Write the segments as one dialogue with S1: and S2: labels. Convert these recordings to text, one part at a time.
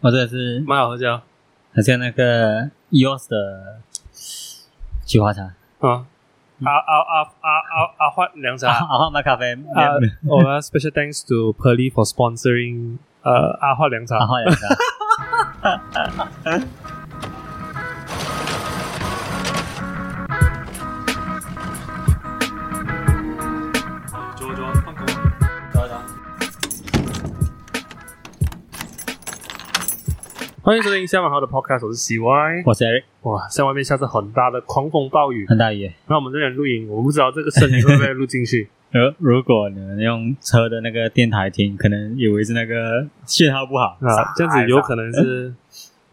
S1: 或者是
S2: 蛮好笑
S1: 好像那个 EOS 的菊花茶，
S2: 啊。啊啊啊啊啊啊！换凉
S1: 阿
S2: 茶
S1: 阿花买咖啡，
S2: 啊！ 我们 special thanks to Pearly for sponsoring 呃阿花凉茶
S1: 阿。花凉茶。
S2: 走走，放工，走走。欢迎收听下晚好的 podcast，我是 CY。
S1: 我是 Eric，
S2: 哇，像外面下着很大的狂风暴雨，
S1: 很大雨。
S2: 那我们这边录影，我不知道这个声音会不会录进 去。
S1: 如如果你们用车的那个电台听，可能以为是那个信号不好
S2: 啊，这样子有可能是，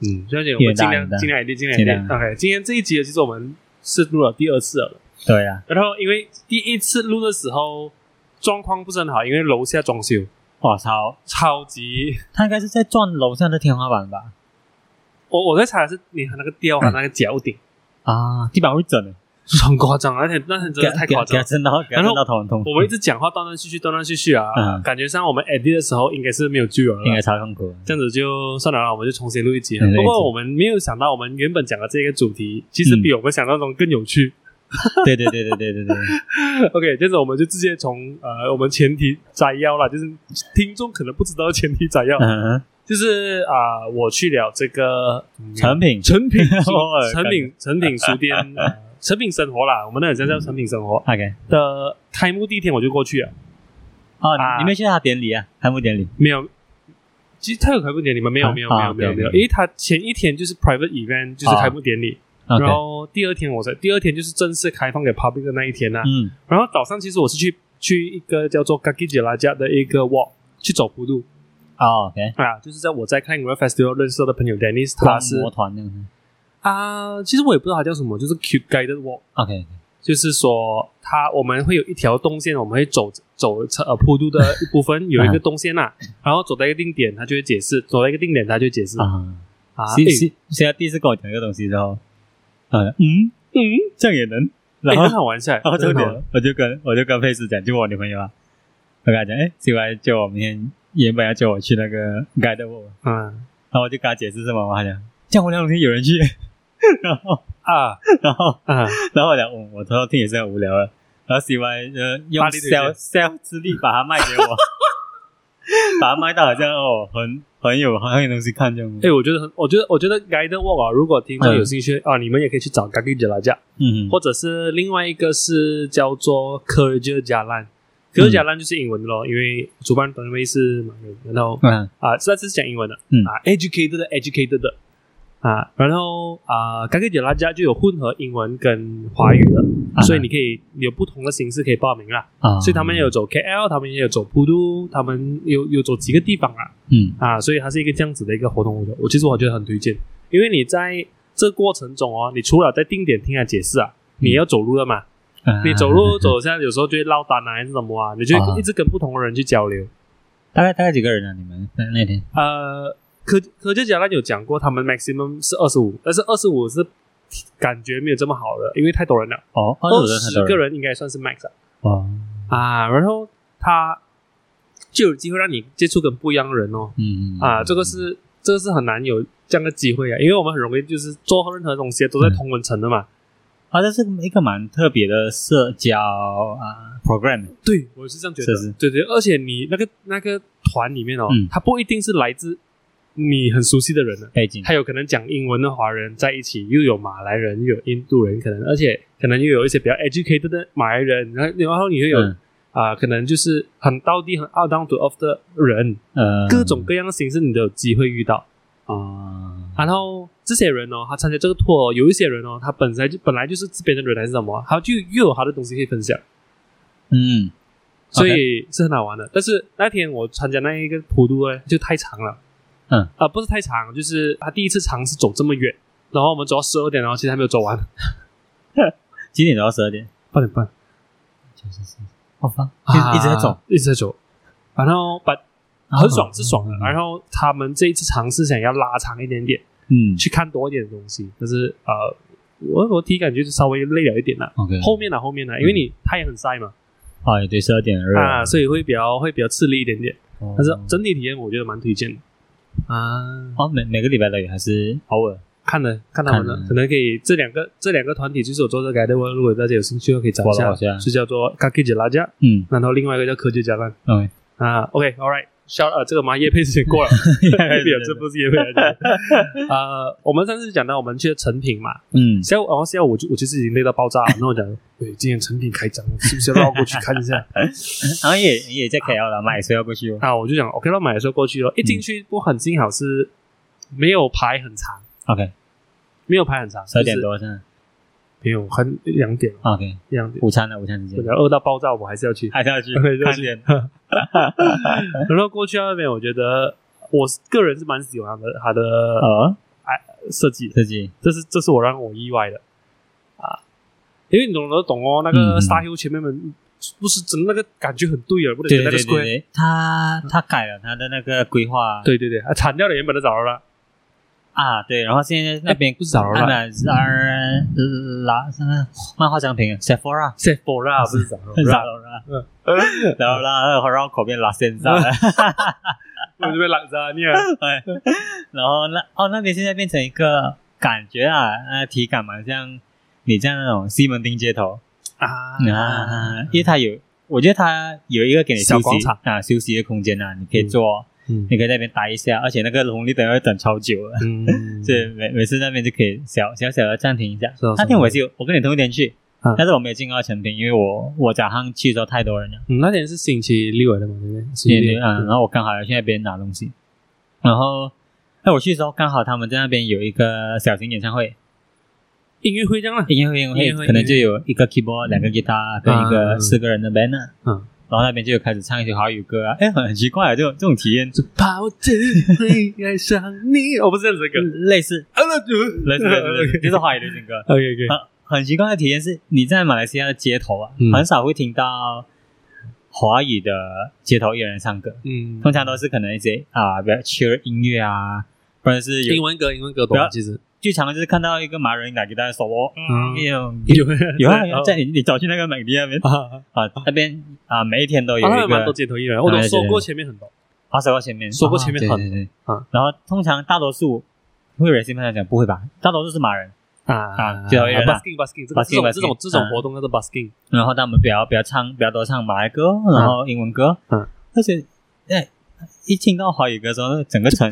S2: 嗯，这样子我们尽量尽量一定尽量一定。OK，今天这一集其实我们是录了第二次了，
S1: 对呀、
S2: 然后因为第一次录的时候状况不是很好，因为楼下装修
S1: 我操，
S2: 超级，
S1: 他应该是在撞楼上的天花板吧？
S2: 我我在猜是你那个吊环那个脚 顶，
S1: 啊，地板会整的，
S2: 很夸张，而且那天真的太
S1: 给
S2: 夸
S1: 他给
S2: 张
S1: 他。震到，给他
S2: 然后
S1: 震到头很痛。
S2: 我们一直讲话断断续续，断断续续啊，
S1: 嗯
S2: 感觉上我们 edit 的时候应该是没有剧了
S1: 应
S2: 啦，
S1: 该超痛苦的。
S2: 这样子就算了啦，我们就重新录一集啊
S1: 嗯。
S2: 不过我们没有想到，我们原本讲的这个主题，其实比我们想象中更有趣。
S1: 对对对对对对对，
S2: OK，这样子我们就直接从呃我们前提摘要啦，就是听众可能不知道前提摘要，
S1: 嗯哼，
S2: 就是啊、我去了这个嗯
S1: 成品
S2: 成 品呃书
S1: 哇
S2: 成品成品书店。 呃成品生活啦，我们那里叫叫成品生活
S1: OK，
S2: 的开幕第一天我就过去了，
S1: 哦，
S2: 啊
S1: 你你没去他典礼啊？开幕典礼
S2: 没有，其实他有开幕典礼吗？没有，
S1: 啊
S2: 没有，没
S1: 啊
S2: 有，没有，
S1: 对
S2: 没有，因为他前一天就是 private event，就是
S1: 啊
S2: 开幕典礼，
S1: ？OK，
S2: 然后第二天我才，第二天就是正式开放给 public 的那一天呐、啊
S1: 嗯
S2: 然后早上其实我是去去一个叫做 Gaki j i l a j a 的一个 walk 去走步路
S1: 哦，OK，
S2: 啊，就是在我在看 Grand Festival 认识到的朋友 Dennis，他
S1: 光
S2: 是
S1: 魔团那样子。
S2: 啊，其实我也不知道他叫什么，就是 Cute Guided Walk，
S1: OK，
S2: 就是说他我们会有一条动线，我们会走走呃坡度的一部分有一个动线 呐、然后走到一个定点，他就会解释；走到一个定点，他就会解释啊。
S1: 啊，
S2: 诶
S1: 现现现在第一次跟我讲这个东西之后，呃，嗯，
S2: 嗯，
S1: 这样也能，
S2: 哎
S1: 然后
S2: 很好玩噻，
S1: 然后
S2: 哦真
S1: 重
S2: 的很好玩
S1: 点，我就跟我就跟佩斯讲，就我女朋友啊，我跟她讲，哎，C Y 叫我明天原本要叫我去那个 Guide Walk，
S2: 嗯
S1: 然后我就跟她解释什么，她讲，这样我两天有人去， 然后
S2: 啊
S1: 然后
S2: 啊，
S1: 然后我讲，我哦我偷偷听也是很无聊的，然后 C Y 呃用
S2: 巴黎推荐
S1: sell sell 之力把它卖给我， 把它卖到好像哦很很有很有东西看这样，
S2: 哎、我觉得很，我觉得，我觉得 Guided Walk 啊，如果听众有兴趣、啊，你们也可以去找 Guided j a l a j a
S1: 嗯
S2: 或者是另外一个是叫做 Courage j a l a n c o u r a g e j a l a n 就是英文的咯，因为主办单位是马来人，然后
S1: 嗯
S2: 啊，这次是讲英文的，
S1: 嗯
S2: 啊，educated 的 educated 的啊，然后啊，Guided j a l a j a 就有混合英文跟华语的，
S1: 啊
S2: 所以你可以有不同的形式可以报名啦。
S1: 啊，
S2: 所以他们也有走 KL，他们也有走普渡，他们有有走几个地方啊。
S1: 嗯
S2: 啊，所以它是一个这样子的一个活动，我觉得我其实我觉得很推荐，因为你在这过程中哦，你除了在定点听他解释啊，你也要走路的嘛，
S1: 嗯啊
S2: 你走路走下有时候就会落单啊，还是什么啊，你就
S1: 啊
S2: 会一直跟不同的人去交流。
S1: 大概大概几个人啊？你们那那天
S2: 呃，可可就讲他有讲过，他们 maximum 是二十五，但是二十五是感觉没有这么好的，因为太多人了，
S1: 哦，
S2: 二
S1: 二十
S2: 十
S1: 很
S2: 个
S1: 多人
S2: 人应该算是 max 啊，
S1: 哦，
S2: 啊然后他就有机会让你接触跟不一样的人哦，
S1: 嗯
S2: 啊，这个是这个是很难有这样的机会啊，因为我们很容易就是做任何东西都在同文层的嘛。
S1: 啊，这是一个蛮特别的社交啊 program，
S2: 对，我是这样觉得。
S1: 是是
S2: 对对，而且你那个那个团里面哦，
S1: 嗯
S2: 它不一定是来自你很熟悉的人的，啊
S1: 背景
S2: 还有可能讲英文的华人在一起，又有马来人，又有印度人，可能而且可能又有一些比较 educated 的马来人，然后然后你会有啊、
S1: 嗯
S2: 可能就是很到地、很 out down to earth 的人，
S1: 呃
S2: 各种各样的形式你都有机会遇到。
S1: 啊
S2: 然后这些人哦，他参加这个 tour，、哦、有一些人哦，他本来就本来就是这边的人还是什么，他就又有他的东西可以分享，
S1: 嗯
S2: 所以是很好玩的。但是那天我参加那一个普渡呢，就太长了，
S1: 嗯
S2: 啊、不是太长，就是他第一次尝试走这么远，然后我们走到十二点，然后其实还没有走完，
S1: 几点走到十二点？
S2: 八点半，
S1: 就是好吧，一直一直在走，
S2: 啊，一直在走，然后把
S1: 啊
S2: 很爽是爽的。
S1: 嗯
S2: 然后他们这一次尝试想要拉长一点点，
S1: 嗯
S2: 去看多一点的东西，但是呃，我我体感就是稍微累了一点啦。
S1: ，OK，
S2: 后面呢、后面呢、因为你太阳很晒嘛，
S1: 啊也嗯对，十二点热
S2: 啊，所以会比较会比较吃力一点点。
S1: 哦
S2: 但是整体体验我觉得蛮推荐的。啊，
S1: 哦，每每个礼拜都有还是偶尔？
S2: 看了看他们的
S1: 看，了
S2: 可能可以这两个这两个团体就是有做这个 g u i 如果大家有兴趣的话可以找一
S1: 找
S2: 下
S1: 一下，
S2: 是叫做 k a k i j a l a j a
S1: 嗯，
S2: 然后另外一个叫科技加烂
S1: 嗯，
S2: 啊。OK，All right，shout 呃，这个嘛叶配时间 过了，叶配这不是叶配来的。呃，我们上次讲到我们去成品嘛，
S1: 嗯，
S2: 下午然后下午我就我其实已经累到爆炸了，然后我讲，对，今天成品开张了，是不是要绕过去看一下？
S1: 然后也也在 KL 了，买车要过去哦。
S2: 啊，我就想 OK，那买的时候过去了，一进去我很幸好是没有排很长，
S1: OK，
S2: 没有排很长，
S1: 十二点
S2: 就是
S1: 多现在。
S2: 没有很一两点
S1: OK，
S2: 一两点，
S1: 午餐了，午餐时间
S2: 我。讲饿到爆炸，我还是 要去。
S1: 还是要去
S2: 还是要
S1: 看
S2: 去
S1: 点，
S2: 然后过去到那边，我觉得我个人是蛮喜欢的，它的
S1: 哦，
S2: 设计的。
S1: 自己
S2: 这是这是我让我意外的啊，因为你懂得懂哦，那个
S1: 嗯
S2: Star Hill 前面门不是真的那个感觉很对啊了，不
S1: 对对
S2: 能那个
S1: 对对
S2: square，
S1: 对，他他改了他的那个规划，
S2: 对对对，啊，铲掉了原本的找了啦，
S1: 啊对，然后现在那边
S2: 哎不是找了
S1: 那
S2: 啦
S1: 边是二呃拉什么漫画商品啊 Sephora。
S2: s e p h o r a 不是找
S1: 然
S2: 了，
S1: 后啦，然后啦，然后口边拉线上，
S2: 啊我这边懒 着你看，
S1: 哎然后那哦那边现在变成一个感觉啊，呃体感蛮像你这样那种西门町街头，
S2: 啊
S1: 啊，因为它有，我觉得它有一个给你休
S2: 小
S1: 息
S2: 广场
S1: 啊，休息的空间啊，你可以坐，
S2: 嗯
S1: 你可以在那边待一下，而且那个红绿灯要等超久了，
S2: 嗯，
S1: 所以每每次那边就可以小小小的暂停一下
S2: 是啊。
S1: 那天我是有，我跟你同一天去
S2: 啊，
S1: 但是我没有进到成品，因为我我早上去的时候太多人了，
S2: 嗯那天是星期六来的嘛，对不对？星期
S1: 对对
S2: 六，
S1: 啊，然后我刚好要去那边拿东西，然后那我去的时候刚好他们在那边有一个小型演唱会，
S2: 音乐会这样啊啦，
S1: 音乐会音
S2: 音
S1: 乐
S2: 乐会
S1: 会可能就有一个 keyboard、两个吉他跟一
S2: 啊
S1: 个四个人的 band 啊。
S2: 嗯，
S1: 然后那边就开始唱一些华语歌啊，哎，很很奇怪啊，这种这种体验，
S2: 怕我只会爱上你， 哦我不是这样子的歌，
S1: 类似
S2: 啊那就
S1: 类似类似 类似，就是华语流行歌。
S2: OK OK，
S1: 啊，很奇怪的体验是，你在马来西亚的街头啊，
S2: 嗯
S1: 很少会听到华语的街头艺人唱歌，
S2: 嗯，
S1: 通常都是可能一些啊，比较 chill 音乐啊，或者是
S2: 英
S1: 有
S2: 文歌，英文歌
S1: 不
S2: 懂
S1: 要，
S2: 其实
S1: 最常就是看到一个马来人拿吉他手哦，
S2: 嗯
S1: 那种
S2: 有哦
S1: 有啊有啊，在你你找去那个美迪那边
S2: 啊。
S1: 啊，那边啊，每一天都有
S2: 啊，他
S1: 一
S2: 们蛮多
S1: 个。
S2: 街头艺人，我都
S1: 对对
S2: 说
S1: 对
S2: 过前面很多，
S1: 啊，手过前面，
S2: 手过前面
S1: 啊
S2: 很
S1: 对对对
S2: 啊
S1: 然后通常大多数会有人兴奋地讲不会吧，大多数是马人，
S2: 啊
S1: 街头艺人啊
S2: busking busking 这个
S1: busking，
S2: 这种这种
S1: busking，
S2: 这种
S1: 啊
S2: 活动叫做 busking，
S1: 然后他们比较比较唱比较多唱马来歌，然后英文歌，
S2: 嗯，
S1: 而且哎，一听到华语歌之后，那整个 城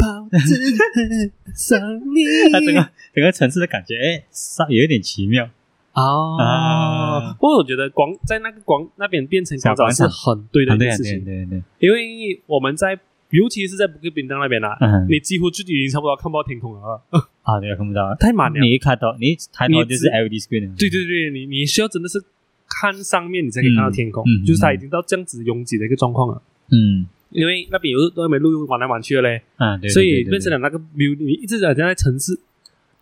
S2: 想 你
S1: 它整
S2: 啊
S1: 个整个城市的感觉哎，稍有一点奇妙，
S2: 哦
S1: 啊，
S2: 不过我觉得广在那个广那边变成广场是
S1: 小广
S2: 很对的
S1: 啊
S2: 一
S1: 对
S2: 件
S1: 啊
S2: 事
S1: 对啊
S2: 情，
S1: 对啊对啊，
S2: 因为我们在尤其是在布吉冰当那边啦，
S1: 嗯
S2: 你几乎就已经差不多看不到天空了，
S1: 啊对啊看不到，
S2: 太满了。
S1: 你一开头你一抬头就是
S2: 你只
S1: LED screen，了
S2: 对对对，你你需要真的是看上面你才可以看到天空
S1: 嗯，嗯
S2: 就是它
S1: 嗯
S2: 已经到这样子拥挤的一个状况了，
S1: 嗯
S2: 因为那边有都没路玩来玩去的嘞。
S1: 啊对，对
S2: 所
S1: 对
S2: 以
S1: 对
S2: 变成了那个 view，你一直好像在城市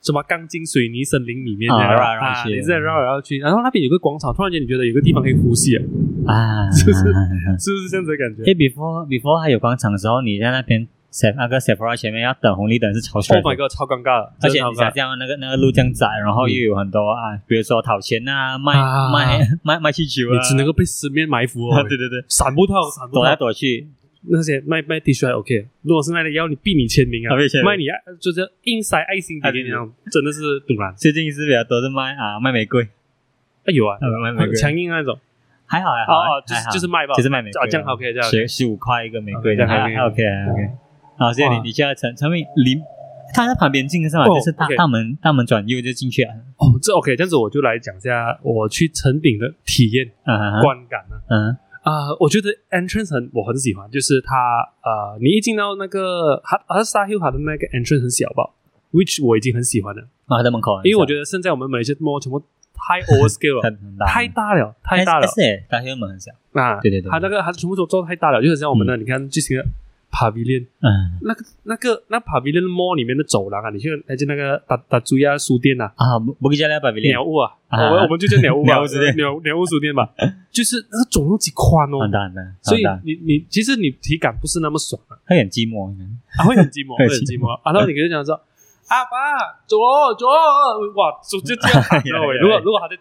S2: 什么钢筋水泥森林里面
S1: 啊
S2: 这样
S1: 绕来绕去
S2: 你在绕来绕去，然后那边有个广场，突然间你觉得有个地方可以呼吸了，
S1: 对 啊，
S2: 就是
S1: 啊啊啊
S2: 是不是这样子的感觉
S1: 哎，before before 还有广场的时候，你在那边 s e 那个 Sephora 前面要等红绿灯是超帅
S2: ？Oh my god，超尴尬的，
S1: 而且
S2: 真的
S1: 你
S2: 超尴
S1: 想
S2: 尬
S1: 象那个那个路这样窄，然后又有很多啊，比如说讨钱啊，卖
S2: 啊
S1: 卖 卖卖气球啊，
S2: 你只能够被十面埋伏哦，
S1: 对对对，
S2: 闪不透，闪不
S1: 躲来
S2: 透。
S1: 躲去，
S2: 那些卖卖 T 恤还 OK，如果是卖的要你逼你签名啊
S1: 啊逼你签，名
S2: 卖你啊就是硬塞爱心给
S1: 啊对
S2: 你
S1: 对
S2: 那种，真的是堵然。
S1: 最近是比较多是卖啊卖玫瑰，
S2: 哎有啊
S1: 啊，卖玫
S2: 很
S1: 瑰，
S2: 强硬那种，
S1: 还好还
S2: 哦
S1: 好
S2: 哦，，就
S1: 还好
S2: 是就是卖吧，
S1: 就是卖玫瑰
S2: 啊
S1: 啊，
S2: 这样 OK 这样 OK，
S1: 十十五块一个玫
S2: 啊
S1: 瑰，
S2: 这样
S1: 还
S2: 还可以
S1: 还 OK 还 OK。好，所以
S2: 哇
S1: 你你去到成成品离，它在旁边进是吧？
S2: 哦
S1: 就是大
S2: OK
S1: 大门大门转右就进去了，
S2: 哦，这 OK，这样子我就来讲一下我去成品的体验
S1: 嗯
S2: 观感呢、
S1: 嗯
S2: 啊。我觉得 entrance 很我很喜欢，就是它呃，你一进到那个哈哈萨 hill 它的那个 entrance 很小吧，which 我已经很喜欢了，
S1: 啊在门口，
S2: 因为我觉得现在我们每些 mall 全部 太 overscale 了，
S1: 很很大，欸
S2: 太大了，太大了
S1: 是诶，大学门很小，
S2: 啊！
S1: 对对嗯对
S2: 它那个它全部都做太大了，就很像我们的、你看最新的 pavilion
S1: 嗯
S2: 那个那个那 pavilion mall 里面的走廊啊，你去来去那个达达朱亚书店啊，
S1: 啊，不不给加两百比零
S2: 鸟，屋啊，我
S1: 啊
S2: 们我们就叫鸟屋 吧，
S1: 鸟屋书店
S2: 鸟鸟屋书店吧，就是那个总共几宽哦
S1: 很，大很大，
S2: 所以
S1: 很大
S2: 你你其实你体感不是那么爽啊，
S1: 会很寂寞。
S2: 啊会很 寂寞，会
S1: 会
S2: 很
S1: 很
S2: 寂
S1: 寂
S2: 寞啊。然后你可以讲说。啊爸，左左，哦哇，手就这样喊到
S1: 有
S2: 喂。
S1: 有
S2: 如果如果他在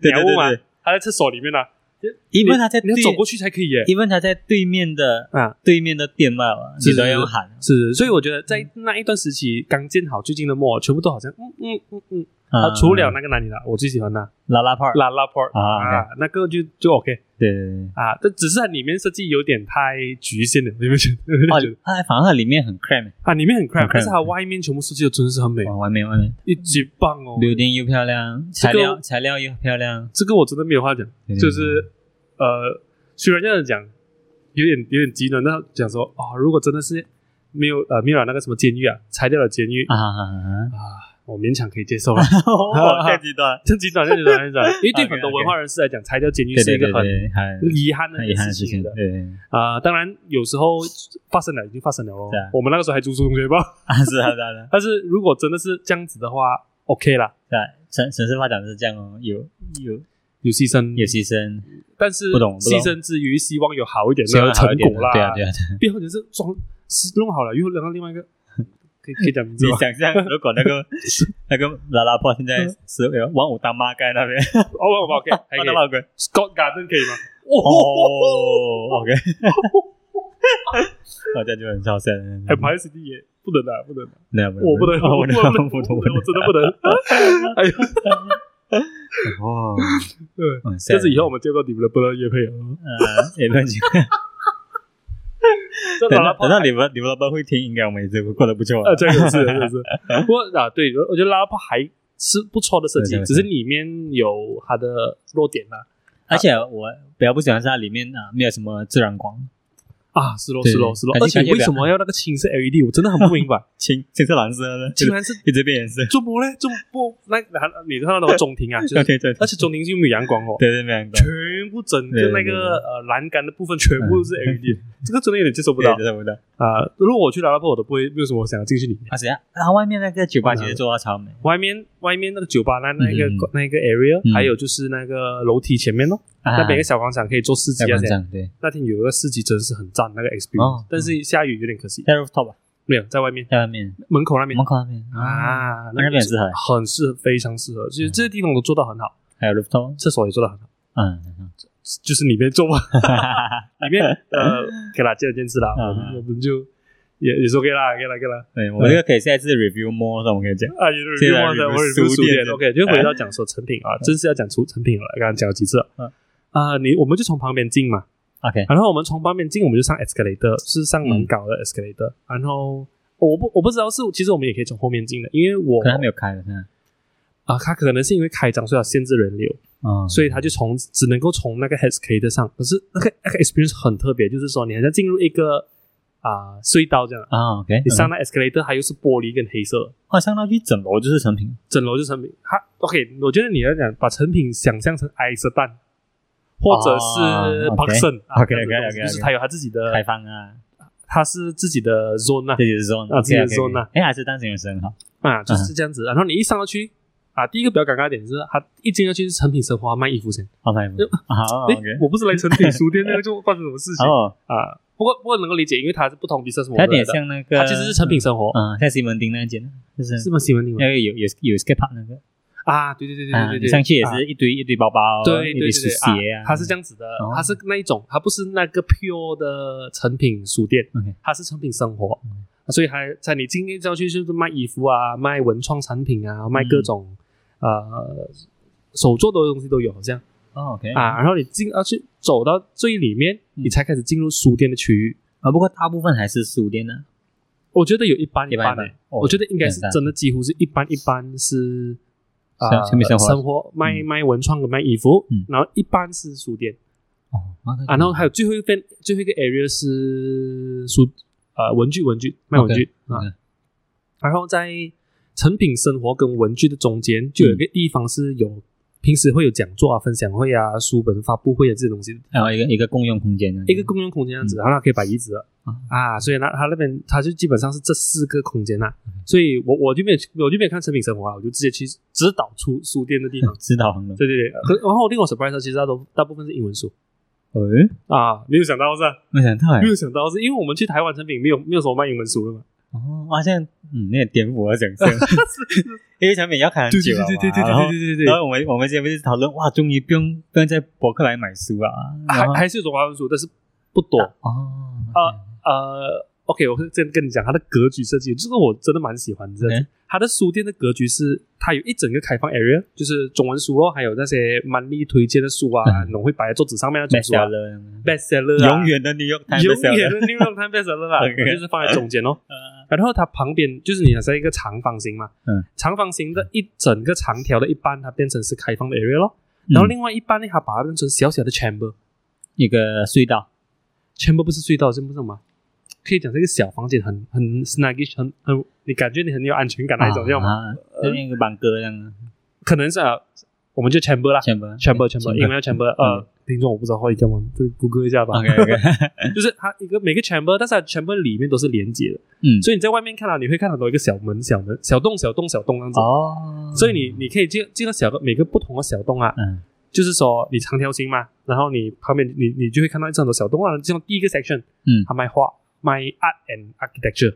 S1: 对
S2: 鸟屋嘛
S1: 对对，
S2: 他在厕所里面呢，啊
S1: 因为他在
S2: 你要
S1: 对
S2: 走过去才可以耶。
S1: 因为他在对面的
S2: 啊，
S1: 对面的店卖嘛，
S2: 是
S1: 你都
S2: 是
S1: 要
S2: 是
S1: 喊
S2: 是，所以我觉得在
S1: 嗯
S2: 那一段时期刚建好最近的末，全部都好像嗯嗯嗯嗯。啊，
S1: 啊
S2: 除了那个哪里的，我最喜欢的
S1: 拉拉 part，
S2: 拉拉 port
S1: 啊
S2: 啊，那个就就 OK
S1: 对对对
S2: 啊，但只是它里面设计有点太局限了，你有没有觉得？有没有觉
S1: 对，
S2: 得
S1: 哦，它反正它里面很 cram，
S2: 啊，里面很 crap，
S1: crap
S2: 但是它外面全部设计的真的是很美，
S1: 哇，完美完美
S2: 一级棒哦。
S1: ，building 又漂亮，材
S2: 这个
S1: 料材料又漂亮，
S2: 这个我真的没有话讲，
S1: 对对
S2: 就是呃，虽然这样讲有点有点极端，那讲说哦，如果真的是没有呃没有了那个什么监狱啊，拆掉了监狱
S1: 啊啊啊
S2: 我勉强可以接 受了。
S1: 啊，太极端，
S2: 这极端，这极端，这 极端，因为对
S1: OK，OK
S2: 很多文化人士来讲，拆掉监狱
S1: 啊对
S2: 是一
S1: 对
S2: 个
S1: 对
S2: 很
S1: 对，很
S2: 遗憾的
S1: 很
S2: 一
S1: 遗
S2: 个
S1: 憾
S2: 事
S1: 的事
S2: 情
S1: 情，
S2: 的
S1: 对对对
S2: 啊、当然，有时候发生了已经发生了哦
S1: 是啊。
S2: 我们那个时候还住中学吧，
S1: 啊，是啊是啊是啊
S2: 但是如果真的是这样子的话，OK 啦，
S1: 是啊，城城市发展是这样哦，有有
S2: 有牺牲，
S1: 有牺牲，
S2: 但是
S1: 不懂不懂
S2: 牺牲之余，希望有好一点
S1: 希望
S2: 的成
S1: 好一点
S2: 果
S1: 的
S2: 啦。
S1: 对啊对啊，对啊
S2: 不要就是装弄好了，又聊到另外一 个，可以可以讲名字
S1: 你
S2: 吗？
S1: 想象如果那个那个拉拉破现在是有王五大妈盖那边，
S2: 哦，我 我 OK，还
S1: 王五
S2: 可以
S1: 大妈盖
S2: Scott Garden 可以吗？
S1: 哦，OK，我这样就很超声，
S2: 还排 CD 也不能的，不能的，
S1: 没有，
S2: 我不能，
S1: 我
S2: 我
S1: 嗯不能，
S2: 不
S1: 不
S2: 能，
S1: 能，
S2: 我不能我真的不能。 哎呦，
S1: 哦，
S2: 对，
S1: 嗯
S2: 但是以后我们接到啊你们的不能也配了。
S1: 呃，也不能讲。
S2: 这
S1: 等到
S2: 老了
S1: 等到你们你们老板会听，应该我们也是过得不错。
S2: 啊，这个是这个 是。不过啊，对，我觉得拉拉帕还是不错的设计
S1: 对，对
S2: 只是里面有它的弱点啦。
S1: 而且我比较不喜欢是它里面啊没有什么自然光，
S2: 啊，是咯
S1: 对
S2: 是咯是咯，
S1: 感觉
S2: 而且
S1: 感觉
S2: 为
S1: 比较
S2: 什么要那个青色 LED？我真的很不 明白，
S1: 青青色蓝色的，
S2: 竟然是
S1: 一直变颜色。
S2: 中么嘞？中不那那你看到那个中 庭啊，就
S1: 对
S2: 是
S1: 对对，
S2: 而且中庭就没有阳光哦，
S1: 对对没有光，
S2: 全部整
S1: 对
S2: 个
S1: 对
S2: 那
S1: 对
S2: 个呃栏杆的部分全部都是 LED，这 个真的有点接受不到
S1: 对对不到。
S2: 啊！如果我去拉拉破，我都不会没有什么想要进去里面。
S1: 而且它外面那个酒吧其实做到超美，
S2: 外面外面那个酒吧那那个
S1: 嗯嗯
S2: 那个 area，
S1: 嗯啊
S2: 还有就是那个楼梯前面咯，
S1: 那
S2: 那边一个小广场可以做市
S1: 在
S2: 集啊
S1: 广
S2: 这样。
S1: 场对，
S2: 那天有一个市集真的是很赞，那个 experience，
S1: 哦
S2: 但是下雨有点可惜，
S1: 在 rooftop 吧
S2: 没有在外面
S1: 在外面，
S2: 门口那边
S1: 门口那边，
S2: 啊，
S1: 那边很适合，嗯
S2: 很适合，非常适合。其实这些地方都做到很好，
S1: 还有 rooftop，
S2: 厕所也做到很好，
S1: 嗯，
S2: 就是里面做吧，
S1: 哈哈哈，
S2: 里面呃，给啦，见仁见智啦，我
S1: 嗯
S2: 们我们就也也是 OK 啦，OK 啦，OK 啦。
S1: 对，我们这个可以下一次 review more，那我们可以讲，
S2: 啊，也是
S1: 现在
S2: 忘了，
S1: review
S2: 我也是
S1: 书
S2: 书
S1: 店哎
S2: 店。OK，就回到讲说成品啊，真是要讲出成品了，刚刚讲了几次了
S1: 嗯
S2: 啊，你我们就从旁边进嘛，
S1: OK，
S2: 然后我们从旁边进，我们就上 escalator，是上蛮高
S1: 嗯
S2: 的 escalator，然后。我不我不知道是，其实我们也可以从后面进的，因为我
S1: 可能还没有开了，现在，
S2: 啊，他可能是因为开张，所以要限制人流，
S1: 嗯，
S2: 所以他就从只能够从那个 escalator 上。可是那个那个 experience 很特别，就是说你好像进入一个啊、隧道这样，
S1: 啊，OK，
S2: 你上
S1: 嗯
S2: 那 escalator，它又是玻璃跟黑色的，
S1: 哦，上到一整楼就是成品，
S2: 整楼就成品。它 OK，我觉得你要讲把成品想象成埃舍蛋，或者是
S1: 哦
S2: p a r k s o n
S1: OK，OK，OK，OK
S2: 就是它有它自己
S1: 开
S2: 的，
S1: 放啊，
S2: 它是自己的 zone 啊
S1: 这，就是 zone，
S2: 啊这就
S1: OK，OK，OK
S2: 是 zone 啊
S1: 哎，还是当成有声好，
S2: 啊，就是这样子。然后你一上到去啊，第一个比较尴尬的点就是，它一进到去是成品生活它卖衣服先。
S1: 好拍，
S2: 就
S1: 好
S2: 诶，
S1: 哦，OK，
S2: 我不是来成品书店，那个就发生什么事情
S1: 哦，
S2: 啊？不过不过能够理解，因为它是不同 business
S1: 它
S2: model
S1: 有点
S2: 的啊
S1: 像那个，
S2: 它其实是成品生活，
S1: 嗯，嗯，像西门町那间，就是
S2: 是吗？西门町吗
S1: 那个有有有 skate park 那个，
S2: 啊，对对对对
S1: 啊，
S2: 对
S1: 你
S2: 对，
S1: 上去也
S2: 啊。
S1: 是一哦堆一堆包包，
S2: 对
S1: 一
S2: 对对
S1: 堆书
S2: 对
S1: 鞋啊，
S2: 它是这样子的
S1: 哦，
S2: 它是那一种，它不是那个 pure 的成品书店
S1: OK，
S2: 它是成品生活，
S1: 嗯
S2: 所以还在你进一郊区就是卖衣服啊，卖文创产品啊，卖各种
S1: 嗯
S2: 呃手做的东西都有，好像
S1: 哦，OK，
S2: 啊，然后你进要去走到最里面，
S1: 嗯
S2: 你才开始进入书店的区域。
S1: 啊，不过大部分还是书店呢，
S2: 我觉得有一般
S1: 一般一
S2: 般
S1: 般
S2: 欸，
S1: 哦
S2: 我觉得应该
S1: 很
S2: 是
S1: 大
S2: 真的几乎是一般一般是啊
S1: 生生活
S2: 生活卖卖文创的卖衣服
S1: 嗯，
S2: 然后一般是书店
S1: 哦，
S2: 啊，然后还有最后一份最后一个 area 是书呃文具文具卖文具啊，
S1: 嗯
S2: 然后在成品生活跟文具的中间就有一个地方是有平时会有讲座啊、分享会啊、书本发布会啊这些东西的
S1: 还有一个一个共用空间呢，
S2: 一个公用空间这样子，然后它可以摆椅子的
S1: 啊。
S2: 啊，所以呢，它那边它就基本上是这四个空间啦，所以我我就没有我就没有看成品生活啊，我就直接去指导出书店的地方
S1: 指导行的，
S2: 对对对，可然后令我 surprise 啊的，其实它都大部分是英文书
S1: 嗯，
S2: 啊，没有想到是吧？
S1: 没想到哎
S2: 嗯 没，有想到是因为我们去台湾成品没有没有什么卖英文书的嘛，
S1: 哦，好像嗯，那也颠覆我的想象，因为产品要看很久了嘛，然后
S2: 对
S1: 然后我们我们前面就讨论，哇，终于不用不用在博客来买书了啊，然
S2: 还
S1: 后
S2: 还是有种华文书，但是不多。
S1: 哦
S2: 啊呃，OK，我会这样跟你讲，它的格局设计，这个我真的蛮喜欢这样子
S1: 嗯。
S2: 它的书店的格局是，它有一整个开放 area，就是中文书咯，还有那些蛮力推荐的书啊，
S1: 嗯
S2: 农会摆在桌子上面那种书啊
S1: bestseller，
S2: ，bestseller，啊
S1: 永远的 New York Times
S2: 永远
S1: bestseller，
S2: 的 New York Times bestseller 啦，
S1: OK
S2: 就是放在中间咯。
S1: 呃
S2: 然后它旁边就是你想象一个长方形嘛，
S1: 嗯，
S2: 长方形的一整个长条的一半，它变成是开放的 area 咯。然后
S1: 嗯
S2: 另外一半呢，它把它变成小小的 chamber，
S1: 一个隧道，
S2: 全部不是隧道，是不是吗？可以讲这个小房间很很 snuggish，很很你感觉你很有安全感那一种，要吗？
S1: 啊，就像一个板哥这样，
S2: 可能是、啊、我们就 chamber 啦
S1: 全部全部
S2: ，chamber chamber，因 为要 chamber
S1: 嗯
S2: 呃，听众我不知道会叫吗？这个谷歌一下吧。
S1: OK OK，
S2: 就是它一个每个 chamber，但是它 chamber 里面都是连接的，
S1: 嗯，
S2: 所以你在外面看到、你会看到多一个小门、小门、小洞、小洞、小洞这样子。
S1: 哦
S2: 所以你你可以进进到小洞每个不同的小洞啊，
S1: 嗯
S2: 就是说你长条形嘛，然后你旁边你你就会看到一整个小洞啊，这种第一个 section，
S1: 嗯
S2: 他卖画卖 art and architecture。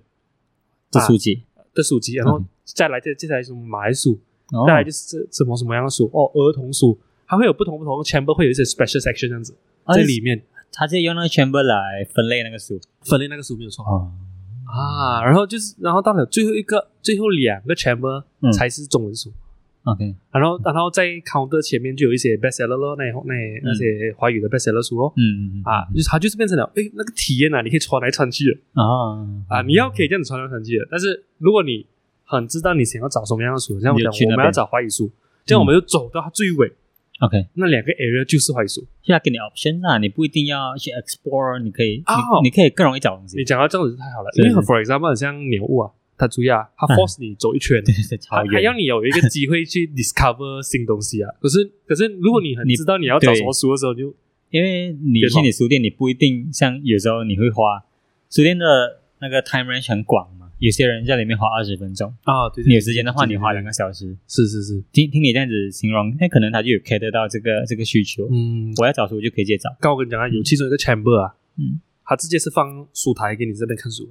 S1: 这书籍，
S2: 的书籍，然后
S1: OK
S2: 再来接接下来是什么马来书，
S1: 嗯哦
S2: 再来就是什么什么样的书哦，儿童书，它会有不同不同的 chamber，会有一些 special section 这样子，
S1: 哦
S2: 在里面
S1: 他就用那个全部来分类那个书
S2: 分类那个书没有错
S1: 哦，
S2: 啊。然后就是，然后到了最后一个，最后两个 chamber
S1: 嗯
S2: 才是中文书，
S1: OK，
S2: 然后然后在 counter 前面就有一些 bestseller 咯，那那那些华语的 bestseller 书咯。
S1: 嗯嗯嗯
S2: 啊，就是它就是变成了，哎，那个体验啊，你可以穿来穿去的
S1: 哦
S2: 啊，你要可以这样子穿来穿去的。但是如果你很知道你想要找什么样的书，像我
S1: 你就
S2: 讲，
S1: 去那
S2: 我们要
S1: 边嗯
S2: 找华语书，这样我们就走到它最尾，
S1: OK，
S2: 那两个 area 就是坏处。
S1: 现在给你 option 啊，你不一定要去 explore，你可以
S2: 哦
S1: 你你可以更容易找东西
S2: 你，讲到这样子太好了，
S1: 是
S2: 因为 for example 很像鸟屋啊，它主要它 force 你走一 圈，
S1: 对对，
S2: 它
S1: 超
S2: 它要
S1: 远，
S2: 你有一个机会去 discover 新东西啊。可是可是如果你很
S1: 你
S2: 知道你要找什么书的时候，
S1: 嗯
S2: 你就
S1: 因为你
S2: 对吧
S1: 去你书店，你不一定像有时候你会花书店的那个 time range 很广嘛，有些人在里面花二十分钟，
S2: 啊，对
S1: 你
S2: 对
S1: 有，时间的话，
S2: 对对
S1: 你花
S2: 对
S1: 两个小时。
S2: 是是是，
S1: 听听你这样子形容，哎那可能他就有 cater 到这个这个需求。
S2: 嗯，
S1: 我要找书，我就可以直接找。
S2: 刚我跟你讲啊，有其中一个 chamber 啊，
S1: 嗯，
S2: 它直接是放书台给你这边看书，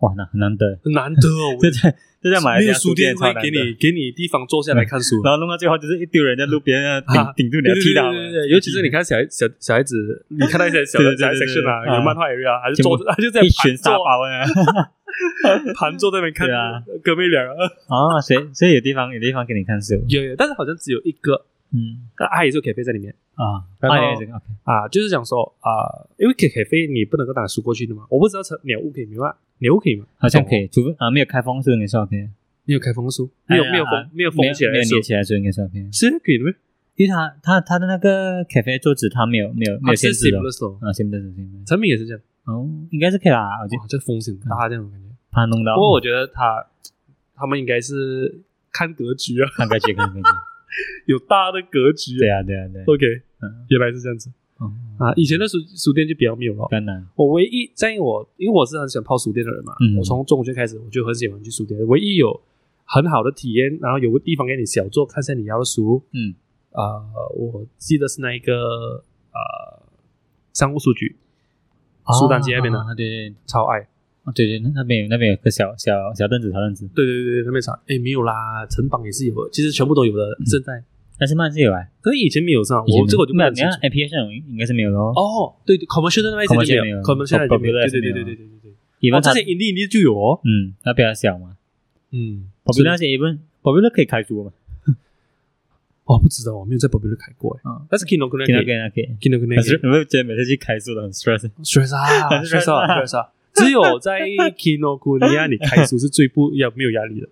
S1: 哇，那很难得，。
S2: 很难得哦
S1: 这在这在马来
S2: 没
S1: 西
S2: 有
S1: 亚
S2: 书
S1: 店
S2: 店
S1: 超
S2: 会
S1: 难
S2: 给
S1: 得
S2: 你给你地方坐下来看书，
S1: 然后弄到最后就是一堆人在路边啊
S2: 啊
S1: 顶顶住你
S2: 对
S1: 要
S2: 对
S1: 踢
S2: 对
S1: 到
S2: 对对，尤其是你看小孩小小孩子，你看到一些小
S1: 对对对
S2: 小孩
S1: 对对
S2: section 啊，
S1: 啊
S2: 有漫画 area 啊，还是
S1: 全部
S2: 坐着，他就在
S1: 一
S2: 盘
S1: 群沙
S2: 坐
S1: 包啊。
S2: 盘坐在那边看
S1: 对啊
S2: 哥妹俩啊，
S1: 哦，所以所以有地方有地方给你看书，
S2: 有有，但是好像只有一个，
S1: 嗯
S2: 那阿姨就可以飞在里面
S1: 啊，
S2: 然后
S1: 啊有这个 OK，
S2: 啊，就是讲说啊，因为 K K 飞你不能够拿书过去的嘛，我不知道成鸟屋可以没有，鸟屋可以吗？
S1: 好像可以，除非啊没有开封书应该是 OK，
S2: 没有开封书，没有
S1: 哎呀
S2: 没有封没有封起来
S1: 没有
S2: 的书
S1: 粘，起来书应该是 OK，
S2: 是可以的咩？
S1: 因为他他他的那个 cafe 桌子他没有没有没有
S2: 啊
S1: 限
S2: 是
S1: 制的
S2: seamless 哦，
S1: 啊，行不行行不行？
S2: 产品也是这样，
S1: 哦，应该是可以啦，我就
S2: 哇，这风险很大这样的感觉。
S1: 怕弄到
S2: 不过我觉得他他们应该是看格局啊，
S1: 看格局看格局，
S2: 有大的格局啊
S1: 对啊对啊对啊，
S2: OK，
S1: 嗯
S2: 原来是这样子
S1: 哦，
S2: 啊。以前的书书店就比较没有了。
S1: 当然
S2: 我唯一在我，因为我是很喜欢泡书店的人嘛，
S1: 嗯
S2: 我从中学开始我就很喜欢去书店，唯一有很好的体验，然后有个地方给你小坐，看一下你要的书。
S1: 嗯，
S2: 啊，我记得是那一个呃商务书局，苏丹街那边的
S1: 啊对对
S2: 超爱。
S1: 哦对对，那那边有那边有个小小小凳子小凳子，
S2: 对对对对，那边超哎没有啦，城邦也是有的，其实全部都有的。
S1: 嗯
S2: 现在，
S1: 但是慢是有啊。
S2: 可是以前没有上，
S1: 以前
S2: 我这个我就不
S1: 没有，
S2: 很
S1: 你
S2: 清
S1: 看
S2: 楚。
S1: A P S 那种应该是没有的哦。
S2: 哦，对对，commercial 的那一些就
S1: commercial
S2: 没
S1: 没有
S2: 有，commercial 的就没有
S1: popular
S2: 对
S1: 没
S2: 对对对
S1: 有
S2: 对对对对。哦，
S1: ，even
S2: 这
S1: 它
S2: 些盈利盈利就有哦。
S1: 嗯，它比较小嘛。
S2: 嗯，
S1: Popular 那些 even Popular 可以开除嘛？
S2: 我哦不知道，我没有在 Popular 开过哎。
S1: 嗯，
S2: 但是 Kino 可能
S1: 可以
S2: 可以
S1: 可以可以。
S2: ，Kino 可能
S1: 可
S2: 可以
S1: 是有没有觉得每次去开除都很 stress？
S2: ，stress 啊，stress 啊，stress 啊。只有在 Kino 库尼亚，你开书是最不要没有压力的。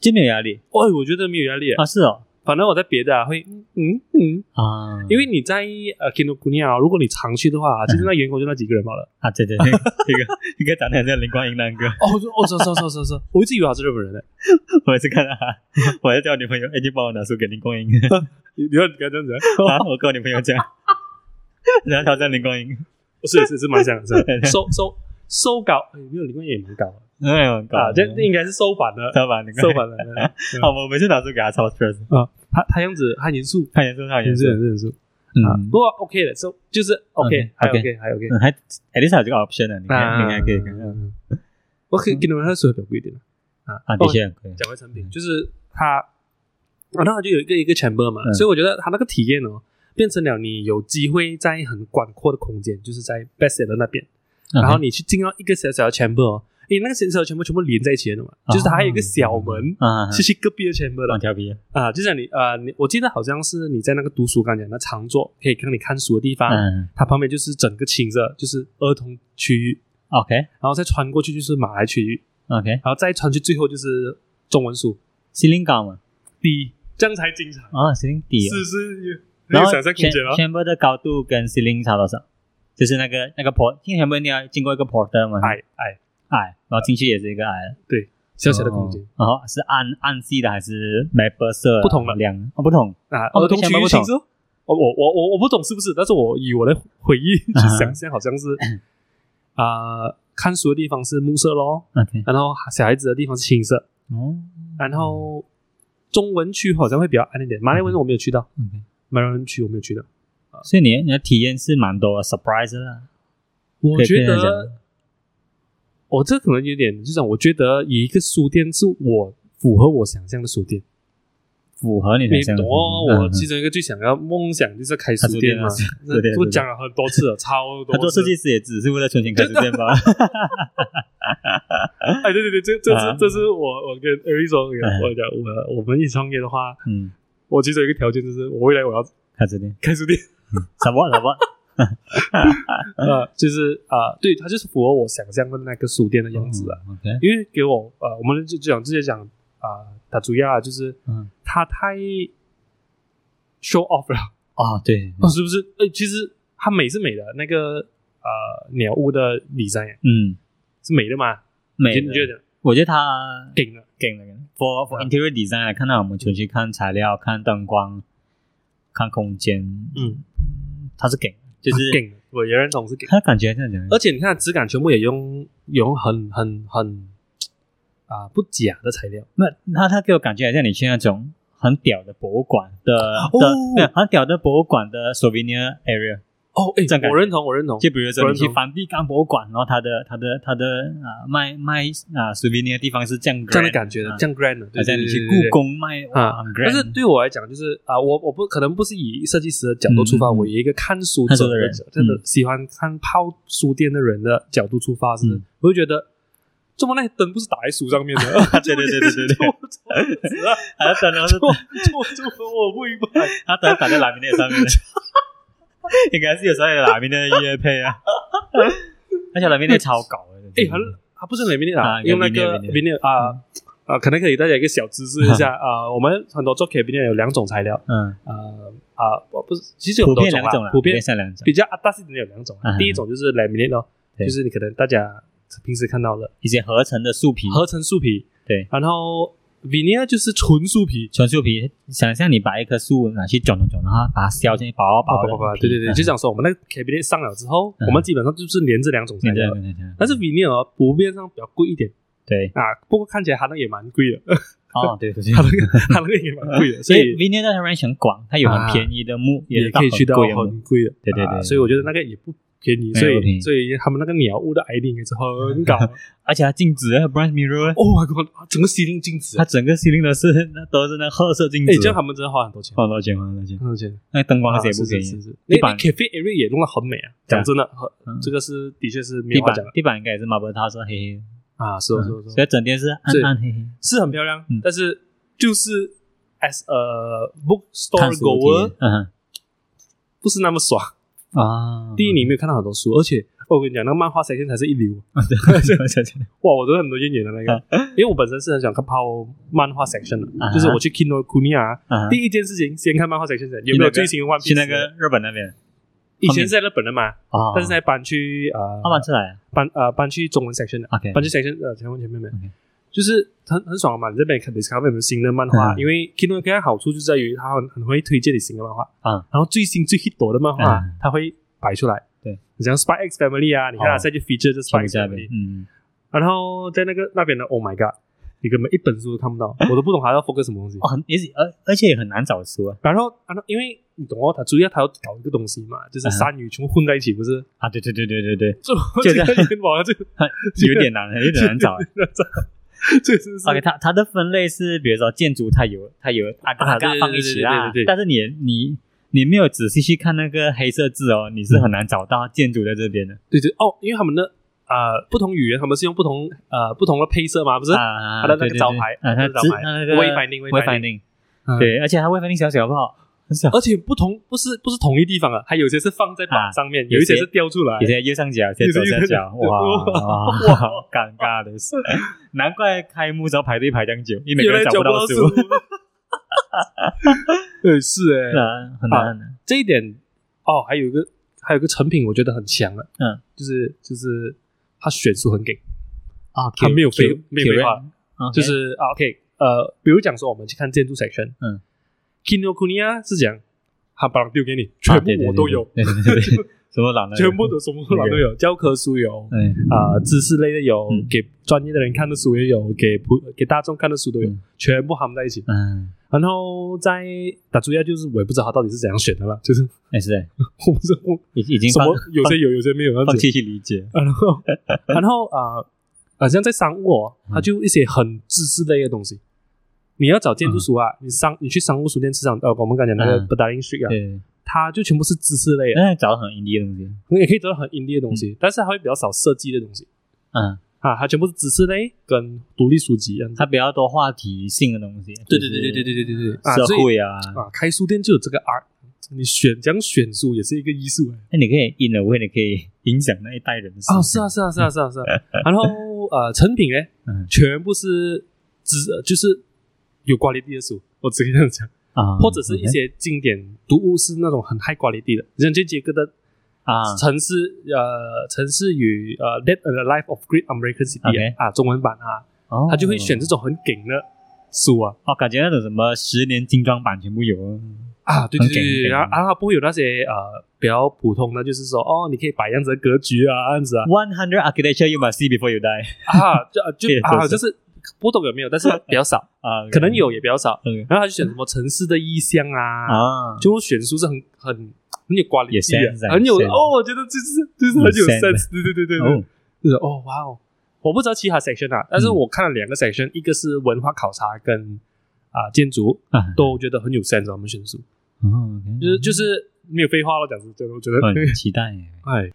S1: 就没有压力
S2: 哦，我觉得没有压力耶。
S1: 啊？是哦
S2: 反正我在别的啊会，嗯嗯嗯，
S1: 啊，
S2: 因为你在呃 Kino 库尼亚，如果你常去的话啊，其实那员工就那几个人罢了。
S1: 啊，对对 对，这个应该长得很像林光英那个。
S2: 哦，我说哦，是是是是是， 我一直以为他是日本人呢。欸
S1: 我也是看到 他，我还叫我女朋友，哎，就帮我拿书给林光英。
S2: 你你要你要这样子啊，
S1: 啊，我跟我女朋友 讲，然后挑战林光英，
S2: 是是是蛮像的是
S1: 对
S2: 吧，
S1: 对
S2: 收收收稿，哎没有林冠也蛮高的
S1: 哎呦，很搞
S2: 啊，这这应该是收版的，
S1: 老板，你看
S2: 收，版的。对对对
S1: 好，啊我每次拿书给他超 stress，
S2: 他他样子他严肃，
S1: 看严肃，看
S2: 严
S1: 严
S2: 肃
S1: 肃，
S2: 严肃严肃
S1: 嗯
S2: 啊，不过 OK 的，收就是 OK，
S1: OK，
S2: 还
S1: OK
S2: OK 还 OK
S1: 嗯，还 at least 还有这个 option 啊的，你看，
S2: 啊，
S1: 你看可以，
S2: 嗯我可以跟你们它的水比较贵一点啊
S1: 啊，的确很贵。
S2: 讲回产品，就是它，啊，那它就有一个一个 chamber 嘛，
S1: 嗯
S2: 所以我觉得它那个体验哦，变成了你有机会在很广阔的空间，就是在 best end 那边，
S1: 啊
S2: 然
S1: 嗯
S2: 后你去进到一个小小的 chamber 哦，诶，那个小小的 chamber 全部连在一起的嘛，
S1: 哦
S2: 就是它还有一个小门。
S1: 啊，
S2: 是去隔壁的 chamber
S1: 蛮
S2: 的
S1: 调皮的，
S2: 啊，就像你呃，你我记得好像是你在那个读书刚讲的长座，可以让你看书的地方，
S1: 嗯
S2: 它旁边就是整个青色，就是儿童区域，
S1: ，OK
S2: 然后再穿过去就是马来区域，
S1: OK，
S2: 然后再穿去最后就是中文书，
S1: 司令高嘛，
S2: 低，这样才精彩。
S1: 啊，司令低哦，
S2: 是是，没
S1: 然
S2: 有
S1: 后
S2: 想象空
S1: 全
S2: 间哦了。
S1: 全部的高度跟司令差多少？就是那个那个 port，因为全部你要经过一个 porter 嘛，
S2: 矮矮，
S1: 矮，然后进去也是一个矮，
S2: 哎小小的空间
S1: 哦。然后是暗暗系的还是 maple 色啊？
S2: 不同的
S1: 亮，哦，不同。
S2: 啊，
S1: 哦
S2: 儿童区
S1: 全部
S2: 域
S1: 不
S2: 其
S1: 懂
S2: 实哦我我我我我不懂是不是，但是我以我的回忆
S1: 啊
S2: 去想象，好像是啊，看书的地方是暮色咯，
S1: OK，
S2: 然后小孩子的地方是青色，
S1: 哦
S2: 然后中文区好像会比较暗一点，马来文我没有去到，
S1: ，OK，
S2: 马来文区我没有去到。
S1: 所以你你的体验是蛮多 surprise 的啦。
S2: 我
S1: 可以
S2: 觉
S1: 跟人家
S2: 得，我这可能有点，就是我觉得以一个书店是我符合我想象的书店。
S1: 符合你
S2: 你
S1: 想象的
S2: 懂哦，
S1: 嗯
S2: 我
S1: 嗯
S2: 其中一个最想要梦想就是开书店嘛
S1: 开书店啊，
S2: 那
S1: 书店
S2: 我讲了很多次了，超
S1: 很多
S2: 次
S1: 设计师也只是为了存钱开书店吧？
S2: 哎，对对对，这这是
S1: 啊
S2: 这是我我跟 Eric 说，我
S1: 嗯
S2: 我讲我我们一起创业的话，
S1: 嗯，
S2: 我其中有一个条件就是我未来我要
S1: 开书店
S2: 开书店，
S1: ，support support，嗯
S2: 呃，就是 啊，对，它就是符合我想象的那个书店的样子啊，
S1: 嗯，OK，
S2: 因为给我呃，我们就就讲直接讲啊，打主亚就是
S1: 嗯，
S2: 它太 show off 了。
S1: 哦，对，
S2: 哦，是不是？呃，其实它美是美的，那个呃鸟屋的里山耶
S1: 嗯，
S2: 是美的嘛？
S1: 美
S2: 你
S1: 的，
S2: 觉得啊
S1: 我觉得他
S2: 顶 了？
S1: 给了 for for interior design 来看到我们全去看材料、看灯光、看空间，
S2: 嗯，
S1: 他是啊给，就是呃
S2: 顶了，我也认同是顶。
S1: 他感觉这样讲，
S2: 而且你看质感全部也用用很很很啊、不假的材料，
S1: 那他他给我感觉好像你去那种很屌的博物馆的
S2: 哦
S1: 的，没有很屌的博物馆的 souvenir area。
S2: 哦，哎、
S1: 这样感觉
S2: 我认同，我认同。
S1: 就比如说你
S2: 不
S1: 去
S2: 然呢
S1: 梵蒂冈博物馆，然后它的它的它的啊、卖卖啊 souvenir 的地方是这样
S2: 这样的
S1: grand
S2: 感觉的，
S1: 啊
S2: 这样 grand 的，
S1: 好
S2: 对
S1: 像
S2: 对
S1: 你
S2: 对
S1: 去故
S2: 对对
S1: 宫卖
S2: 啊
S1: 哇很
S2: 但是
S1: grand，
S2: 对我来讲，就是啊、我我不可能不是以设计师的角度出发，
S1: 嗯嗯嗯
S2: 我以一个看书
S1: 看
S2: 者
S1: 书的人
S2: 真的
S1: 嗯
S2: 喜欢看泡书店的人的角度出发，是，
S1: 嗯
S2: 我就觉得，怎么那些灯不是打在书上面的？
S1: 对对对对对对
S2: 这么这么这么
S1: 还要等然后是
S2: 这么这么这么我不明白。
S1: 他等下打在拉米内上面 的，应该是有时候有拉米内乐配啊，而且拉米内超搞的，
S2: 哎，很啊，不是雷米涅啊，
S1: 啊
S2: 用那个
S1: Laminate，
S2: v i n
S1: 嗯
S2: 啊啊，可能可以给大家一个小知识一下啊，我们很多做 K 冰有两种材料，
S1: 嗯，
S2: 呃啊，我不是，其实有
S1: 普
S2: 很多
S1: 遍
S2: 种
S1: 两种
S2: 啦
S1: 啦，，
S2: 普遍
S1: 下两种，
S2: 比较啊，大一点的有两种啊，
S1: 嗯
S2: 第一种就是 laminate 咯，
S1: 对
S2: 就是你可能大家平时看到的
S1: 一些合成的树皮，
S2: 合成树皮，
S1: 对，
S2: 然后 veneer 就是纯树皮，
S1: 纯树皮，想象你把一棵树拿去卷卷卷，然后把它削成一薄薄
S2: 不
S1: 的
S2: 哦不
S1: 皮，
S2: 不，对对对，
S1: 嗯
S2: 就这样说，我们那个 cabinet 上了之后，
S1: 嗯
S2: 我们基本上就是连这两种材
S1: 对对
S2: 料
S1: 对，对对，
S2: 但是 veneer 哦普遍上比较贵一点
S1: 对
S2: 啊，不过看起来它那个也蛮贵的，
S1: 哦对对对
S2: 它。那个它那个也蛮贵的，
S1: 所
S2: 所
S1: 以
S2: 以啊
S1: v i n e t 的 range 很广，它有很便宜的木，
S2: 也
S1: 是
S2: 可以去到
S1: 很贵的木
S2: 很贵的，
S1: 对对对
S2: 啊
S1: 对对
S2: 所以我觉得那个也不便宜，所
S1: 没有便
S2: 以
S1: 宜嗯
S2: 所以他们那个鸟屋的 ID 应该是很高
S1: 而且它镜子还有 bronze mirror，
S2: ，Oh my god，啊整个吸睛镜子
S1: 它。整个 ceiling 都是那都是那褐色哦镜子
S2: 哎、，这样他们真的花很多钱，
S1: 花多少钱？花多少钱？
S2: 很多钱，
S1: 那灯光
S2: 啊
S1: 那些也不
S2: 是
S1: 便
S2: 是是
S1: 宜，
S2: 是那
S1: 地板
S2: 那 cafe area 也弄得很美啊，
S1: 对
S2: 讲
S1: 啊
S2: 真的，很
S1: 嗯
S2: 这个是的确是没
S1: 地
S2: 有话
S1: 板
S2: 讲的
S1: 地板应该也是 marble 它是黑黑的，
S2: 啊，是哦是哦
S1: 嗯
S2: 是
S1: 所
S2: 哦，
S1: 以整间是暗
S2: 是
S1: 暗黑黑。
S2: 是很漂亮，
S1: 嗯
S2: 但是就是 as a
S1: 看
S2: bookstore
S1: 书体
S2: goer
S1: 验嗯
S2: 不是那么爽。
S1: 哼啊，
S2: 第一，你没有看到很多书，而且哦我跟你讲，那个漫画 section 才是一流，哇，我真的很多怨言的那个，因为我本身是很想看泡漫画 section
S1: 嗯啊哈
S2: 的，就是我去 Kino Kuniya
S1: 啊
S2: 第一件事情先看漫画 section 的有没有最新的 One
S1: 去
S2: Piece
S1: 啊那个日本那边
S2: 以前是在日本的嘛，
S1: 啊
S2: 但是在搬去呃
S1: 他们出来啊
S2: 搬呃搬去中文 section 的，
S1: 哦，OK，
S2: 搬去 section 呃前文前面没
S1: OK，
S2: 就是很很爽的啊嘛。你这边看 discover 有没有新的漫画？
S1: 嗯
S2: 因为 Kindle 给它好处就在于它很很会推荐你新的漫画
S1: 嗯
S2: 然后最新最 hit 朵的漫画
S1: 嗯
S2: 它会摆出来。
S1: 对，
S2: 你像 Spy X Family 啊，你看它
S1: 哦
S2: 现在就 feature 就
S1: 全
S2: Spy
S1: 部
S2: X
S1: 在那边
S2: Family，
S1: 嗯，
S2: 然后在那个那边的 Oh my God，你根本一本书都看不到， 我都不懂他要 focus 什么东西。
S1: 哦，很也是，而而且也很难找书啊。
S2: 然后，然后因为你懂哦，他主要他要搞一个东西嘛，就是
S1: 嗯哼
S2: 三语全部混在一起，不是？
S1: 啊，对对对对对对，
S2: 就
S1: 就
S2: 这
S1: 这
S2: 个
S1: 样
S2: 哇，这个
S1: 有点难，有点难 找。啊
S2: 这是是
S1: OK，它它的分类是，比如说建筑，它有它有啊，
S2: 啊
S1: 它
S2: 对对对
S1: 放一起啦
S2: 对对对对。
S1: 但是你你你没有仔细去看那个黑色字哦，你是很难找到建筑在这边的。
S2: 对对哦，因为他们的呃不同语言，他们是用不同呃不同的配色嘛，不是？
S1: 啊，
S2: 它的那个招牌
S1: 啊，它
S2: 它的招
S1: 只
S2: 牌
S1: 它那个
S2: Wayfinding，
S1: wayfinding，
S2: 嗯，
S1: 对，而且它 wayfinding 小小不好，很 小，
S2: 而且不同不是不是同一地方啊，还有些是放在板
S1: 啊
S2: 上面，
S1: 有
S2: 有一些
S1: 些
S2: 是掉出来
S1: 有。些右上角，有些
S2: 有些
S1: 左
S2: 右
S1: 下
S2: 上
S1: 角，
S2: 角
S1: 哇哇
S2: 哇
S1: 哇，尴尬的事。难怪开幕之后排队排这样久，因为每个人找不到书，
S2: 原来找不到书。 对，是哎、
S1: 是啊，很难很难。
S2: 这一点哦，还有一个还有一个成品，我觉得很强了。
S1: 嗯，
S2: 就是就是他选书很给，
S1: 啊，
S2: 他没有废
S1: Q-
S2: 没有废话
S1: Q-Rank，OK
S2: 就是啊 OK 呃，比如讲说我们去看建筑 section，
S1: 嗯
S2: ，Kinokuniya 是讲他把它丢给你，全
S1: 啊
S2: 部
S1: 对对
S2: 我
S1: 对
S2: 都有，
S1: 对对对对 什么懒的，
S2: 全部的什么栏都有，教科书有。
S1: 哎
S2: 啊、知识类的有，
S1: 嗯
S2: 给专业的人看的书也有，给普给大众看的书都有，
S1: 嗯
S2: 全部含在一起。
S1: 嗯，
S2: 然后在打主要就是我也不知道他到底是怎样选的啦，就是
S1: 哎是哎，
S2: 我不知道我
S1: 已已经
S2: 什
S1: 放
S2: 么有些有有些没有那
S1: 放
S2: 样子。
S1: 弃去理解，
S2: 然后然后啊，呃好像在商务哦，它就一些很知识类的东西。你要找建筑书啊，你商你去商务书店市场，呃，我们刚讲那个
S1: 嗯
S2: b e d a l i n Street 啊，
S1: 对，
S2: 它就全部是知识类的，
S1: 那找到很 indie 的东西，
S2: 你也可以找到很 indie 的东西，但是它会比较少设计的东西
S1: 嗯，
S2: 啊，它全部是知识类跟独立书籍这样子。
S1: 它比较多话题性的东西，
S2: 对
S1: 就
S2: 对
S1: 是
S2: 对对对对对对对啊，
S1: 社
S2: 所以
S1: 会啊，
S2: 啊，开书店就有这个 art，你选讲选书也是一个艺术哎。
S1: 那你可以 in a way，你可以影响那一代人的思
S2: 啊，
S1: 想
S2: 是啊，，是啊，是啊，是 啊，是啊。然后呃，成品呢，
S1: 嗯
S2: 全部是只呃就是有 quality 的书，我只可以这样讲，
S1: 啊，
S2: 或者是一些经典读物是那种很 high quality 的，人杰杰克的
S1: 啊
S2: 《城市呃城市与呃 Dead and the Life of Great American City
S1: OK》
S2: 啊，中文版啊，
S1: 哦
S2: 他就会选这种很梗的书啊。
S1: 哦，感觉那种什么十年精装版全部有哦
S2: 啊，对对
S1: 很梗
S2: 对对，
S1: 很
S2: 然后
S1: 梗
S2: 然后它不会有那些呃比较普通的，就是说哦，你可以摆样子的格局啊，这样子啊，
S1: ，One Hundred Architecture You Must See Before You Die
S2: 啊，就啊 就
S1: 对
S2: 啊，就
S1: 就是
S2: 不懂有没有，但是 比较少，
S1: 啊，
S2: 可能有也比较少。
S1: OK
S2: 然后他就选什么城市的意象啊，
S1: 啊，
S2: 就选书是很很很有管理
S1: 有
S2: 性
S1: sense
S2: 的，
S1: 啊
S2: 很有
S1: 有 sense
S2: 哦，我觉得就是就是很
S1: 有
S2: 有 sense，
S1: sense
S2: 对对对对对，
S1: 哦
S2: 就是哦哇哦，我不知道其他 section 啊，但是
S1: 嗯
S2: 我看了两个 section，一个是文化考察跟啊建筑
S1: 啊
S2: 都觉得很有 sense，啊我们选书
S1: 哦，OK，
S2: 就是就是没有废话了，讲真的，我觉得
S1: 哦很期待耶，
S2: 哎，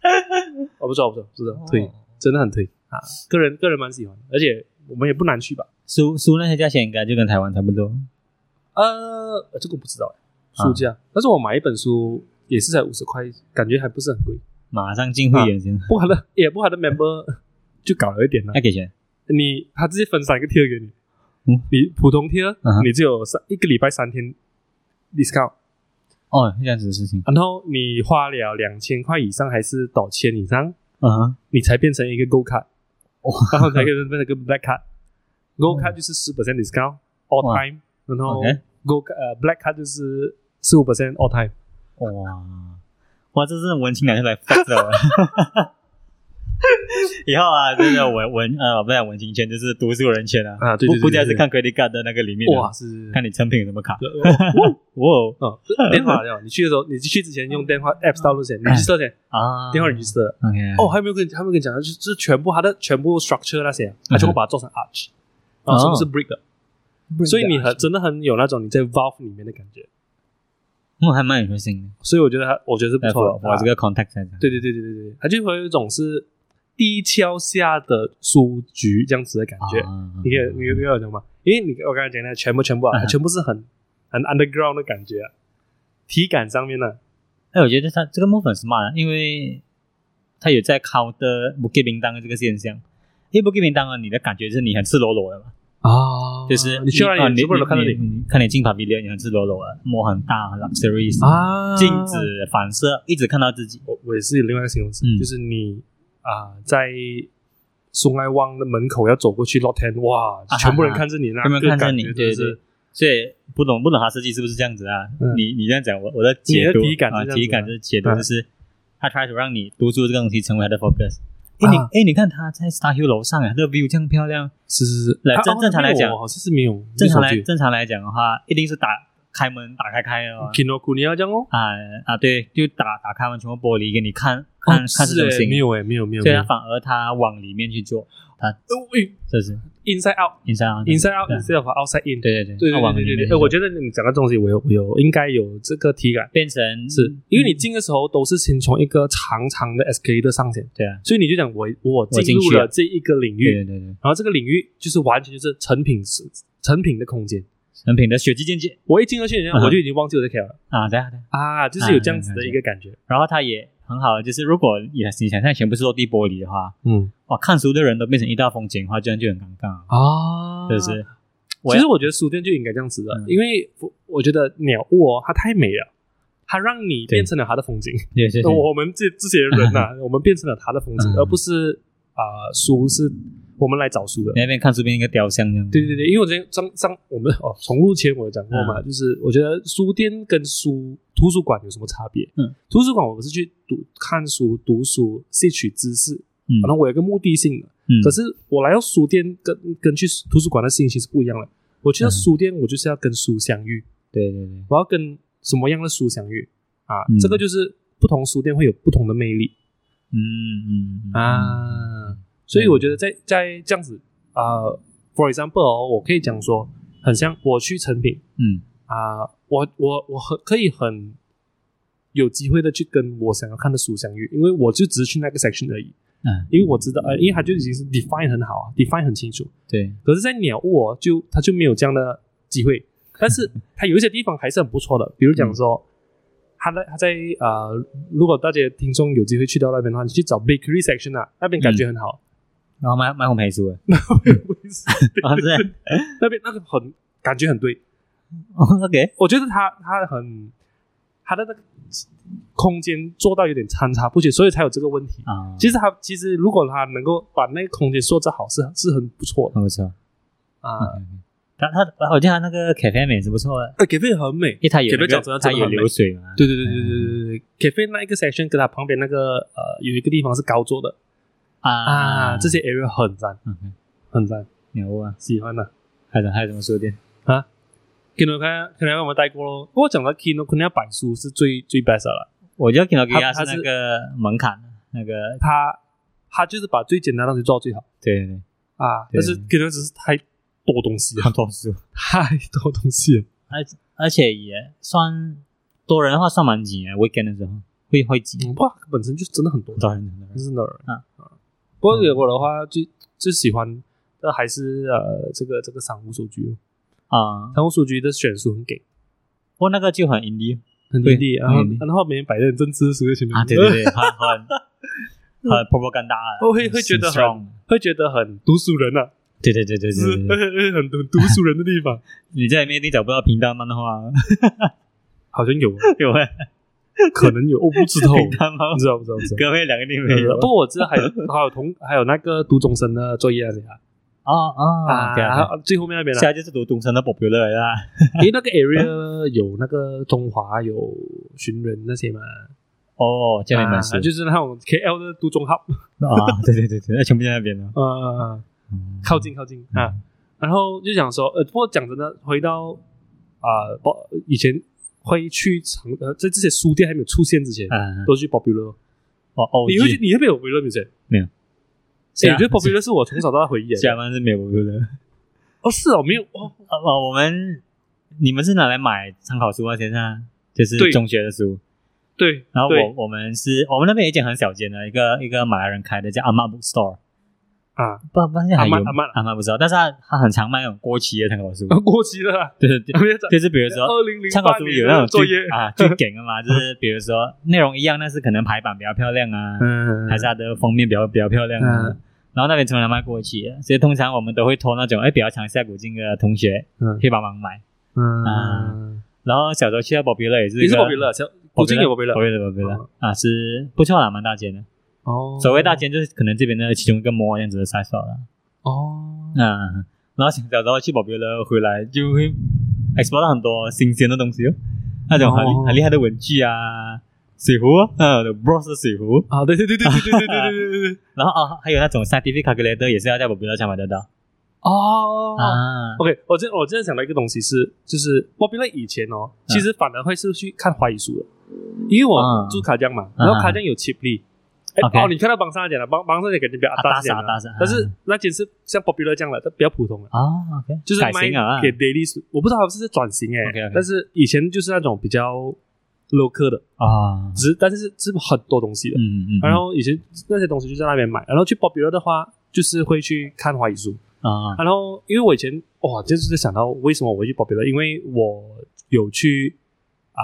S2: 我不知道，我不知道，不知道，推
S1: 哦
S2: 真的很推啊，个人个人蛮喜欢的，而且我们也不难去吧。
S1: 书书那些价钱应该就跟台湾差不多，
S2: 呃，这个我不知道哎，
S1: 啊
S2: 书架。但是我买一本书也是才五十块，感觉还不是很贵。
S1: 马上进会员先，
S2: 不好的，也不好的 member 就搞了一点了
S1: 要。给钱
S2: 你他直接分三个 tier 给你
S1: 嗯，
S2: 你普通 tier
S1: 嗯哼
S2: 你只有三一个礼拜三天 discount，
S1: 哦，这样子的事情，
S2: 然后你花了两千块以上还是到千以上，
S1: 啊，
S2: 你才变成一个 Go Card，
S1: 哇嗯
S2: 然后才变成变成一个 Black Card。Go Card 就是十 percent discount all
S1: 哇
S2: time，然后
S1: OK
S2: Go Card- 呃 Black Card 就是十五 percent all time。
S1: 哇，哇，这是文青男就来 fuck 了。 以后啊，这个文文呃，不是文青圈，就是读书人圈啊。
S2: 啊对对对
S1: 不不再
S2: 对
S1: 是
S2: 对
S1: 看 credit card 的那个里面啊
S2: 哇，是
S1: 看你成品有什么卡。
S2: 哦
S1: 哇
S2: 哦，电话了，你去的时候，你去之前用电话 app 到路线，你去到线
S1: 啊，
S2: 电话 register。
S1: OK
S2: 哦，还没有跟还没有跟你讲，就是就是全部它的全部 structure 那些，啊它全部把它做成 arch，然后全部是 brick 的，所以你很真的很有那种你在 valve 里面的感觉。
S1: 我哦还蛮有心的。
S2: 所以我觉得它，我觉得是不
S1: 那
S2: 错啊
S1: 我
S2: 的。
S1: 我这个 contact 在这
S2: 对对对对对对，它就会有一种是地壳下的书局这样子的感觉。
S1: 啊
S2: 你可以你可以你有懂吗？因为你我刚才讲的全部全部啊，
S1: 嗯
S2: 它全部是很很 underground 的感觉、啊，体感上面啊呢、
S1: 哎，我觉得他这个 move 很 smart，啊因为他有在 counter 不给名单的这个现象。因为不给名单啊，你的感觉就是你很赤裸裸的嘛。
S2: 啊
S1: 就是
S2: 你去
S1: 啊
S2: 那里，全部人都看到
S1: 你
S2: 你
S1: 你看你进 pavilion，你很赤裸裸的，摸很大 luxury，
S2: 啊
S1: 镜。子反射，一直看到自己。
S2: 我我也是有另外一个形容词，
S1: 嗯
S2: 就是你啊、在松爱旺的门口要走过去 lot ten，哇，
S1: 哈哈
S2: 全部人看着你那，
S1: 啊全部人
S2: 这个
S1: 看着
S2: 感
S1: 你
S2: 觉
S1: 对
S2: 真的是
S1: 所以不懂不懂他设计是不是这样子啊？
S2: 嗯
S1: 你你这样讲，我我的解读
S2: 你的体感是
S1: 啊，
S2: 这样子啊
S1: 体感就是解读
S2: 嗯
S1: 就是他 try to 让你读出这个东西成为他的 focus，哎
S2: 啊
S1: 你哎你看他在 Star Hill 楼上啊，这个 view 这样漂亮。
S2: 是是是，
S1: 来
S2: 啊
S1: 正
S2: 哦
S1: 正常来
S2: 没有
S1: 讲
S2: 哦好像是没有
S1: 正常来
S2: 没手机
S1: 正常来讲的话，一定是打开门打开开哦。
S2: Kinokuniya 这样哦，
S1: 啊啊，对，就打打开完全部玻璃给你看看、
S2: 哦
S1: 看
S2: 是
S1: 这种
S2: 诶，
S1: 行
S2: 没
S1: 为，
S2: 有诶，没有没有，
S1: 所以
S2: 没有
S1: 他反而他往里面去做，
S2: 呃喂
S1: 这是
S2: ，inside out。
S1: 你想
S2: Inside out
S1: 对
S2: instead of outside in，
S1: 对对
S2: 对
S1: 他往
S2: 对
S1: 里
S2: 对
S1: 面
S2: 对
S1: 去
S2: 对，
S1: 做
S2: 我觉得你讲的东西，我有我有应该有这个体感，
S1: 变成
S2: 是因为你进的时候都是先从一个长长的 SK 的上线，
S1: 对啊，
S2: 所以你就讲我我
S1: 进
S2: 进入
S1: 去
S2: 了
S1: 了
S2: 这一个领
S1: 对
S2: 域，
S1: 对对对，
S2: 然后这个领域就是完全就是成品是成品的空间。
S1: 成品的血迹见解
S2: 我一进到去，
S1: 嗯
S2: 人家
S1: 哼
S2: 我就已经忘记我在 care 了
S1: 啊，对啊对啊。
S2: 啊，就是有这样子的一个感觉。
S1: 然后他也很好，就是如果也你想象全部是落地玻璃的话，
S2: 嗯
S1: 哇，看书的人都变成一道风景的话，这样就很尴尬，
S2: 啊，
S1: 是不是？我
S2: 其
S1: 要
S2: 实我觉得书店就应该这样子的，
S1: 嗯
S2: 因为我我觉得鸟窝哦它太美了，它让你
S1: 对
S2: 变成了它的风景。
S1: 对对对，
S2: 我们这这些人 呐、我们变成了它的风景，
S1: 嗯
S2: 而不是啊、书是我们来找书的
S1: 你。那边看书变成一个雕像这样，
S2: 对对对，因为我之前上上我们哦，重录前我有讲过嘛，
S1: 嗯
S2: 就是我觉得书店跟书图书馆有什么差别？
S1: 嗯，
S2: 图书馆我是去读看书、读书、吸取知识，
S1: 嗯
S2: 可能我有一个目的性的。
S1: 嗯，
S2: 可是我来到书店跟跟去图书馆的心情是不一样的。我去到
S1: 嗯
S2: 书店，我就是要跟书相遇，
S1: 对对对，
S2: 我要跟什么样的书相遇啊？
S1: 嗯
S2: 这个就是不同书店会有不同的魅力
S1: 嗯嗯嗯
S2: 啊。所以我觉得在在这样子啊、f o r example，哦、我可以讲说，很像我去成品。
S1: 嗯
S2: 啊、我我我很可以很有机会的去跟我想要看的书相遇，因为我就只是去那个 section 而已，
S1: 嗯，
S2: 因为我知道，呃，因为它就已经是 define 很好啊，define 很清楚。
S1: 对，
S2: 可是，在鸟屋哦，就它就没有这样的机会，但是它有一些地方还是很不错的，比如讲说，它在它在呃，如果大家听众有机会去到那边的话，你去找 bakery section 啊，那边感觉很好，
S1: 然后卖卖红培书 了，啊是
S2: 那边那个很感觉很对，
S1: 哦，OK，
S2: 我觉得他他很他的那个空间做到有点参差不齐，所以才有这个问题。
S1: 啊，
S2: 其实他其实如果他能够把那个空间塑造好，是是很不错的
S1: 很不错，嗯
S2: 啊。
S1: 他他我记得他那个 cafe 美是不错的，
S2: 呃，咖啡很美
S1: 因，为他有
S2: 给别人
S1: 那
S2: 讲真
S1: 个
S2: 的
S1: 他
S2: 真的
S1: 有
S2: 很美
S1: 流水嘛，
S2: 对对对对对对对，咖啡那一个 section 跟他旁边那个呃有一个地方是高桌的
S1: 啊
S2: 啊，这些 area 很赞
S1: OK，
S2: 很赞，
S1: 牛啊，
S2: 喜欢的。
S1: 还有还有什么书店？
S2: Kino 看可能我们带过咯，不过讲到 Kino 可能要摆书是最最 best 的了，
S1: 我觉得 Kinokia
S2: 它它
S1: 是
S2: 是
S1: 那个门槛，啊那个
S2: 他他就是把最简单的东西做到最好
S1: 对对对，
S2: 啊，
S1: 对
S2: 但是 Kino 只是太多东西了。
S1: 很多书，
S2: 太多东西了。
S1: 而且也算多人的话算蛮挤的，weekend 的时候会会挤，
S2: 嗯，哇，本身就真的很多
S1: 很，多人很多人。
S2: 真的。
S1: 啊嗯
S2: 啊，不过如果的话，最最喜欢的还是呃这个这个商务书局哦，
S1: 啊、
S2: 商务书局的选书很给，
S1: 不过那个就很 indie
S2: 很
S1: 对
S2: 地，然后
S1: 很给力
S2: 然后每天摆在很政治的书在前面呃
S1: 啊，对对， 对，很很很 propaganda，啊
S2: 我哦会会觉得
S1: 很 strong，
S2: 会觉得很读书人啊，
S1: 对对对对
S2: 就是
S1: 对对，对
S2: 很很读书人的地方，
S1: 你在里面一定找不到平淡漫 画，
S2: 好像有，
S1: 有没？
S2: 可能有，我不知 道，
S1: 平淡漫画
S2: 不，知道不知道不知 道。
S1: 隔壁两个地方有
S2: 呃不，过我知道还有还有同还有那个读中生的作业那里啊，
S1: 哦哦，
S2: 啊，
S1: 对
S2: 然
S1: 啊，
S2: 后最后面那边
S1: 现
S2: 啊，
S1: 在就是读东升的 popular 啦，
S2: 因为那个 area 有那个中华有寻人那些嘛，
S1: 哦，这边蛮
S2: 啊，就是那种 KL 的都中号，
S1: 啊，对对对对，那全部在那边了，
S2: 呃，
S1: 嗯
S2: 靠近靠近啊。然后就想说，呃，不过讲真的，回到啊，不、以前会去常呃，在这些书店还没有出现之前，
S1: 啊，
S2: 都去 Popular。
S1: 哦哦，
S2: 你会去？你会没有 Popular 没
S1: 没
S2: 有？
S1: 有
S2: 诶我觉得
S1: 是
S2: Popular 是我从小到大回忆来的。
S1: 加班是啊没有 popular。
S2: 哦，是哦，没有哦，
S1: 呃，我我们你们是拿来买参考书啊，先生，就是
S2: 对
S1: 中学的书。
S2: 对，
S1: 然后
S2: 对
S1: 我我们是我们那边有一间很小间的一个一个马来人开的叫阿妈 bookstore，
S2: 啊，
S1: 不不现在还有
S2: 阿嬷阿嬷
S1: 阿妈 bookstore，但是他他很常卖那种过期的参考书，
S2: 过期了啊 啦，
S1: 对对对，
S2: 就
S1: 就是比如说
S2: 二零零
S1: 参
S2: 八
S1: 考书
S2: 年
S1: 有
S2: 的
S1: 那种
S2: 作
S1: 最
S2: 业，
S1: 啊最梗的 嘛，就是比如说内容一样，但是可能排版比较漂亮啊，
S2: 嗯
S1: 还是它的封面比较比较漂亮啊。
S2: 嗯
S1: 然后那边从来卖过期的，所以通常我们都会托那种哎比较常下古镜的同学
S2: 嗯
S1: 去帮忙买。
S2: 嗯
S1: 啊，然后小时候去到 Popular 也是
S2: 你是
S1: 一个
S2: Popular，小古今有 Popular
S1: Popular Popular 啊，是不错啦，蛮大间的。
S2: 哦，
S1: 所谓大间就是可能这边的其中一个模这样子的 size 啦。
S2: 哦，
S1: 嗯，然后小时候去 Popular 回来就会 explore 到很多新鲜的东西哦，那种很厉
S2: 哦
S1: 很厉害的文具啊，水壶，嗯，the ờ, bros 的水壶，
S2: 啊，对对对对对对对对对对对对，
S1: 然后啊，还有那种 scientific calculator 也是要在我不要想买得到
S2: 哦
S1: 啊，
S2: OK，我真我真的想到一个东西是，就是我比 r 以前哦，其实反而会是去看华语书的，因为我
S1: 嗯
S2: 住卡江嘛，
S1: 嗯
S2: 然后卡江有 cheap 力。哎，
S1: OK
S2: 哦，你看到帮上讲了，帮帮上讲肯定比较
S1: 啊
S2: 大
S1: 大
S2: 些
S1: 傻
S2: 了，
S1: 大傻，
S2: 但是那间是像 popular 这样的，它比较普通的，
S1: 啊，OK，
S2: 就是
S1: 改
S2: 卖
S1: 型啊，
S2: 给 daily，s- 我不知道是不是转型哎
S1: OK，OK
S2: 但是以前就是那种比较 local 的，
S1: 啊，
S2: 只是但是是很多东西的，
S1: 嗯嗯，
S2: 然后以前那些东西就在那边买，然后去 popular 的话，就是会去看华语书，
S1: 啊
S2: 然后因为我以前哇，就是想到为什么我会去 popular，因为我有去啊、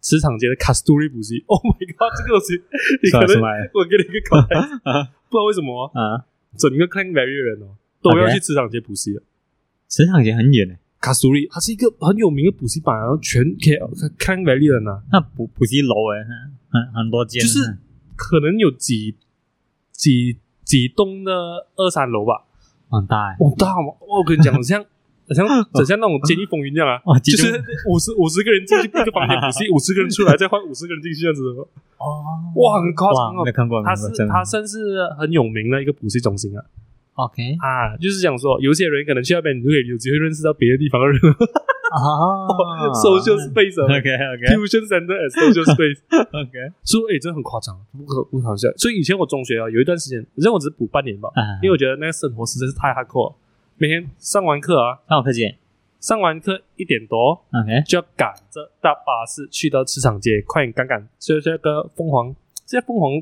S2: 磁场街的 Casturi 补习，Oh my god，这个东西你
S1: 算了
S2: 可能
S1: 算了
S2: 我给你一个 context，
S1: 啊
S2: 不知道为什么
S1: 啊，
S2: 整个 Clang Valley 的人哦都要
S1: OK
S2: 去磁场街补习的。
S1: 磁场已经很远了，
S2: 卡苏里，它是一个很有名的补习班，然后全 KL 康维利人呐、啊，
S1: 那补补习楼哎，很很多间，
S2: 就是可能有几几几栋的二三楼吧。
S1: 很大哎，
S2: 哦，大吗？哇我跟你讲，很像很像很像那种《监狱风云》这样啊，
S1: 哇，
S2: 就是五十五十个人进去一个房间补习，五十个人出来再换五十个人进去这样子的。
S1: 哦，
S2: 哇，很夸张
S1: 哇，没
S2: 哦！
S1: 看过，
S2: 它是它算是很有名的一个补习中心啊
S1: OK
S2: 啊，就是讲说，有些人可能去那边，你就可以有机会认识到别的地方的人
S1: 啊
S2: ，social space 啊
S1: OK OK
S2: ，fusion center as social space。
S1: OK
S2: 所以、诶真的很夸张，不可不可想象。所以以前我中学啊，有一段时间，反正我只是补半年吧，
S1: 啊，
S2: 因为我觉得那个生活实在是太 hardcore 了。每天上完课啊，
S1: 那我可以
S2: 上完课一点多
S1: OK
S2: 就要赶着搭巴士去到市场街，快点赶赶，就是那个凤凰，是叫凤凰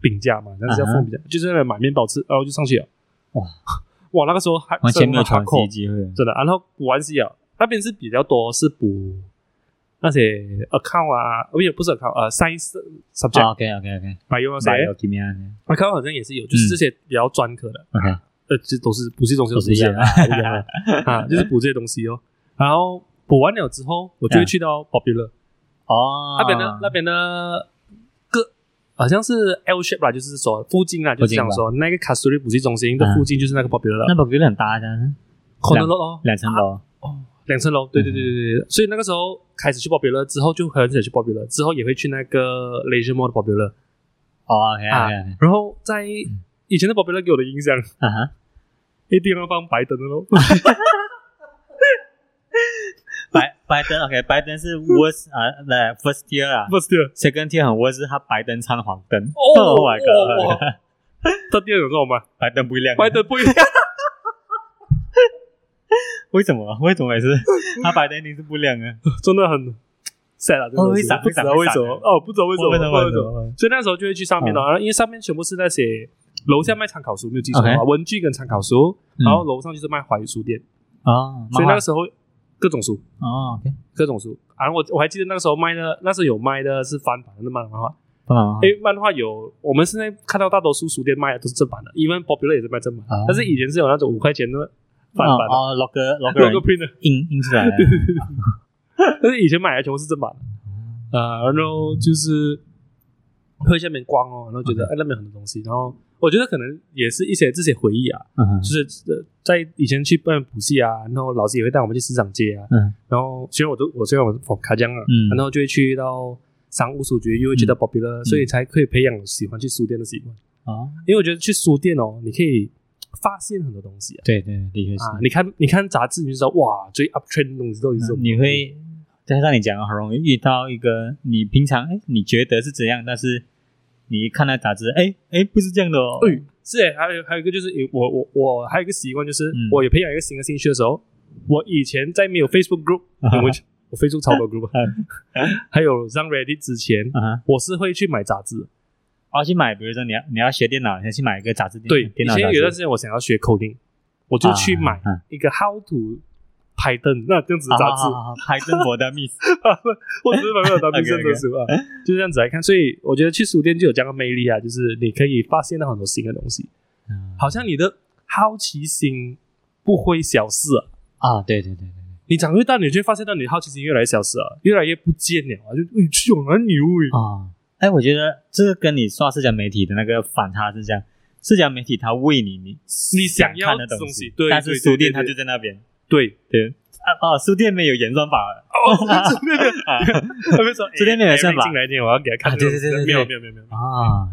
S2: 饼家嘛，那是叫凤凰饼家，就是在那边买面包吃，然后就上去了。
S1: 哇
S2: 哇，那个时候还
S1: 完全没有
S2: 真的
S1: 喘
S2: 很
S1: 息
S2: hardcore
S1: 机会
S2: 真的。然后补完习啊，那边是比较多是补那些 account 啊，不也不是 account，呃，science subject。
S1: OK OK OK，
S2: bio 啊，
S1: 来
S2: 谁
S1: 有 k i m
S2: ，account 好像也是有，就
S1: 嗯
S2: 是这些比较专科的，
S1: OK
S2: 呃，这都是补习中心
S1: 都是一样
S2: 啊，一样啊 啊，就是补这些东西哦。然后补完了之后，我
S1: 啊
S2: 就会去到 Popular
S1: 哦，
S2: 那边呢，那边呢，各好像是 L shape 啦，就是说附近啦，就是讲说那个 c a s t u r i 补习中心的附近就是那个 Popular
S1: 那
S2: 了
S1: 本格很大的，
S2: ，corner lot 哦，
S1: 两层楼
S2: 哦，两层楼，对对对对对。所以那个时候开始去 Popular 之后，就很想去 Popular，之后也会去那个 Leisure Mall 的 Popular，
S1: 哦 OK OK
S2: 然后在以前的 Popular 给我的印象。
S1: 啊哈，
S2: 一定要放白灯的咯。
S1: 白白灯 OK 白灯是 worst 啊，来 first tier 啊
S2: 不是的，
S1: ，second tier 很 worst 是它白灯掺黄灯
S2: 哦
S1: ，Oh my god，
S2: 哦他第二种是什么？
S1: 白灯不亮，
S2: 白灯不一样，
S1: 为什么为什么也是 它白灯一定是不亮啊？
S2: 真的很 sad 啊！真的
S1: 哦会
S2: 是
S1: 闪
S2: 不知道
S1: 会
S2: 为
S1: 闪
S2: 什么哦，不知道 为什么，不知道为什么。
S1: 么？
S2: 所以那时候就会去上
S1: 嗯
S2: 面了，然后因为上面全部是那些楼下卖参考书，没有记错的话，文具跟参考书，
S1: 嗯
S2: 然后楼上就是卖华语书店，
S1: 哦，
S2: 所以那个时候各种书，
S1: 漫画哦 OK，
S2: 各种书。然后我我还记得那个时候卖的，那时候有卖的是翻版的漫画，
S1: 不然啊
S2: 因为漫画有，我们现在看到大多数书店卖的都是正版的，因为 Popular 也是卖正版，
S1: 啊
S2: 但是以前是有那种五块钱的翻版的
S1: 哦，老哥老 哥
S2: logo print 的，
S1: 印印出来 了，
S2: 但是以前买的全部是正版的，呃，然后就是会下面逛哦，然后觉得哎那边有很多东西，然后我觉得可能也是一些这些回忆啊，
S1: 嗯哼
S2: 就是呃在以前去办补习啊，然后老师也会带我们去市场街啊，
S1: 嗯
S2: 然后虽然我都我虽然我是从卡江啊，
S1: 嗯
S2: 然后就会去到商务书局，又会去到 Popular，、所以
S1: 嗯
S2: 才可以培养喜欢去书店的习惯。
S1: 哦，
S2: 因为我觉得去书店哦，你可以发现很多东西啊。
S1: 对对，的确是
S2: 啊，。你看，你看杂志，你就知道哇，最 up trend 的东西到底是什么？
S1: 嗯你会加上你讲，很容易遇到一个你平常哎你觉得是怎样，但是你一看那杂志，哎哎不是这样的哦。
S2: 对，是诶，还有还有一个就是，诶我我我还有一个习惯就是，
S1: 嗯
S2: 我有培养一个新的兴趣的时候，我以前在没有 Facebook group，我就我 Facebook 超多 group，还
S1: 嗯
S2: 有上 Reddit 之前，
S1: 啊哈，
S2: 我是会去买杂志。
S1: 嗯我要去买，比如说你要你要学电脑，你要去买一个杂志店，
S2: 对，以
S1: 电脑
S2: 前
S1: 杂
S2: 有段
S1: 志
S2: 时间我想要学 coding，我就去买
S1: 啊啊
S2: 一个 How to Python 那这样子的杂
S1: 啊
S2: 志，
S1: 拍真我的 miss
S2: 我只是买没有当兵真的书啊，就这样子来看。所以我觉得去书店就有这样的魅力啊，就是你可以发现到很多新的东西， 好像你的好奇心不会消失啊。
S1: 啊，对对对对，
S2: 你长越大，你就会发现到你的好奇心越来越消失啊，越来越不见了啊！就哎，去往哪牛哎，
S1: 啊，哎，我觉得这个跟你刷社交媒体的那个反差是这样。社交媒体它喂你你
S2: 你想要
S1: 看的
S2: 的东
S1: 西
S2: 西，对
S1: 但
S2: 对
S1: 是
S2: 对
S1: 书店
S2: 对
S1: 它
S2: 对
S1: 就在那边，
S2: 对
S1: 哦对啊啊，书店没有演算法了，
S2: 啊，
S1: 啊
S2: 他们说
S1: 这边没有算法
S2: 进来进来，我要给
S1: 啊
S2: 他看。
S1: 对对对对对
S2: 没有没有没有没有，
S1: 啊，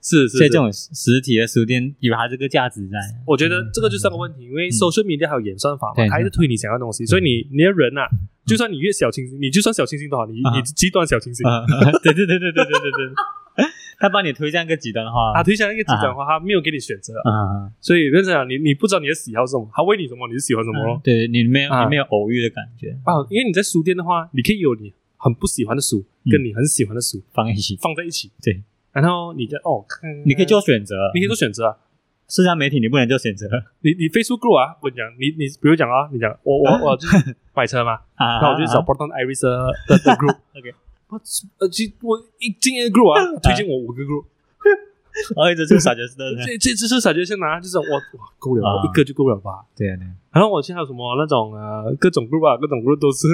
S2: 是是。
S1: 所以这
S2: 是
S1: 种实体的书店有它这个价值在。
S2: 我觉得这个就是个问题，因为 social media 还有演算法嘛
S1: 对，
S2: 它一直推你想要的东西，所以你你的人呐，就算你越小清新，你就算小清新都好，你
S1: 啊
S2: 你极端小清新，
S1: 啊， 对对对对对对对对， 他把你推向一个极端化
S2: 他推向一个极端化，他没有给你选择，
S1: 啊，
S2: 所以认真讲，你你不知道你的喜好是什么，他喂你什么你就喜欢什么咯。
S1: 对你没有
S2: 啊
S1: 你没有偶遇的感觉，
S2: 啊，因为你在书店的话，你可以有你很不喜欢的书
S1: 嗯
S2: 跟你很喜欢的书
S1: 放一起，
S2: 放在一起，
S1: 对，
S2: 然后你在哦，看
S1: 你可以做选择，
S2: 你可以做选择啊，
S1: 社交媒体你不能做选择
S2: 你你 Facebook group 啊，我跟你讲，你你比如讲啊，你讲我我我 就是买车嘛，
S1: 啊，
S2: 那我就找 Proton Iris 的的的 group。
S1: OK
S2: 我呃，其实我一进一个 group 啊，推荐我五个 group，
S1: 哦，一直做傻角色 的，
S2: 这这只是感觉先拿，就是我哇够了，
S1: 啊
S2: 我一个就够了吧。
S1: 对啊对啊，
S2: 然后我现在有什么那种呃各种 group 啊，各种 group 都是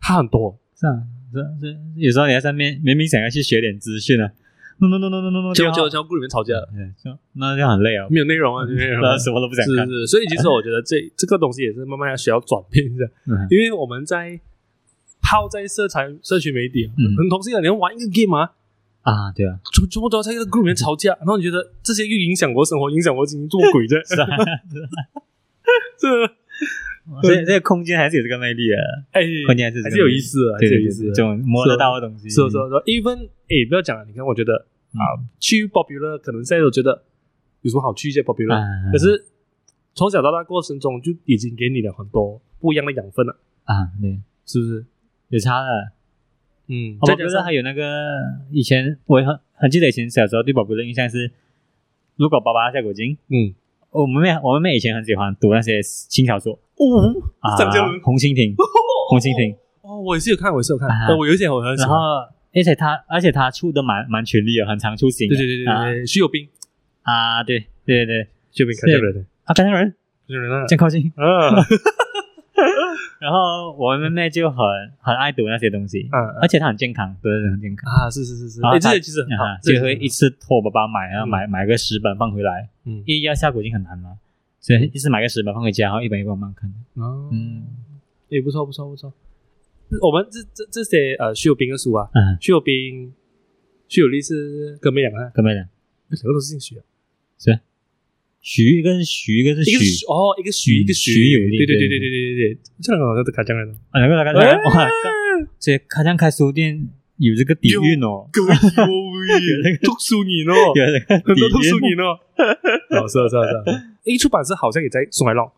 S2: 它很多，
S1: 是啊是啊是啊，有时候你在上面明明想要去学点资讯啊，no no no no no no no，
S2: 结果结果结果 group 里面吵架，
S1: 嗯，就那就很累 哦，
S2: 没有内容啊，没有内容啊
S1: 那。什么都不想
S2: 是
S1: 看，
S2: 是，所以其实我觉得这这个东西也是慢慢要需要转变一下，
S1: 嗯
S2: 因为我们在泡在社产社群媒体啊，
S1: 嗯
S2: 很同性啊，你要玩一个 game 啊，
S1: 啊，对啊，
S2: 全全部都要在一个 group 里面吵架，然后你觉得这些又影响我生活，影响我经济，做 鬼在
S1: 是啊，
S2: 这
S1: 所以这个空间还是有这个魅力的，
S2: 哎，
S1: 空间还是
S2: 还是有意思的，还
S1: 对
S2: 是有
S1: 对
S2: 意
S1: 对，
S2: 思
S1: 这
S2: 的。
S1: 种摸得到的东西，
S2: 是啊是是，even 哎，不要讲了，你看，我觉得
S1: 嗯
S2: 啊，去 popular 可能现在都觉得有什么好去一些 popular，
S1: 啊，
S2: 可是从小到大过程中就已经给你了很多不一样的养分了，
S1: 啊，对，
S2: 是不是？
S1: 有差的。
S2: 嗯，
S1: 我
S2: 再
S1: 觉得
S2: 加
S1: 还
S2: 上
S1: 有那个以前我很很记得以前小时候对宝贝的印象是，如果爸爸下果金，
S2: 嗯，
S1: 我们妹我们妹以前很喜欢读那些轻小说
S2: 哦
S1: 啊
S2: 张嘉哦伦，
S1: 红蜻蜓，红蜻蜓，
S2: 哦，我也是有看，我也是有看，
S1: 啊
S2: 呃我有一些我很喜
S1: 然
S2: 欢，
S1: 后而且他而且他出的蛮蛮全力的，很常出行
S2: 对
S1: 的，
S2: 对对对对，徐有斌，
S1: 啊啊对对对对，
S2: 徐有斌看这个人，
S1: 啊干那人
S2: 这个 人啊
S1: 这，样靠近，
S2: 啊
S1: 然后我们妹就很很爱读那些东西，
S2: 啊 啊
S1: 而且她很健康，读的很健康。
S2: 啊，是是是是，
S1: 然后
S2: 哎，这
S1: 他
S2: 些其实很好
S1: 啊，
S2: 这
S1: 就
S2: 个
S1: 会
S2: 其
S1: 一次
S2: 实
S1: 托我爸爸买，然后
S2: 嗯
S1: 买买个十本放回来，
S2: 很好
S1: 因为要下果已经很难了，所以一次买个十本放回家，然后一本一本慢慢看。
S2: 嗯哦，
S1: 嗯
S2: 也不错不错不错。我们这这这些呃徐有斌的书啊，
S1: 嗯，
S2: 徐有斌、徐有利是哥妹两个，两
S1: 哥妹俩，
S2: 个都是姓徐啊，
S1: 徐一个是徐，一个是
S2: 一个是
S1: 许
S2: 徐，哦，一个
S1: 嗯
S2: 徐，一个
S1: 徐有利
S2: 对对对
S1: 对
S2: 对对对对对，这两个好像都卡江来的，
S1: 啊，两个两个
S2: 哎
S1: 两个，哇，这开张开书店有这个底蕴哦，
S2: 各 位各位，读书人哦，
S1: 有这个
S2: 很
S1: 底
S2: 多读书
S1: 蕴
S2: 人哦，哦是啊是啊 是啊，一出版社好像也在送来浪，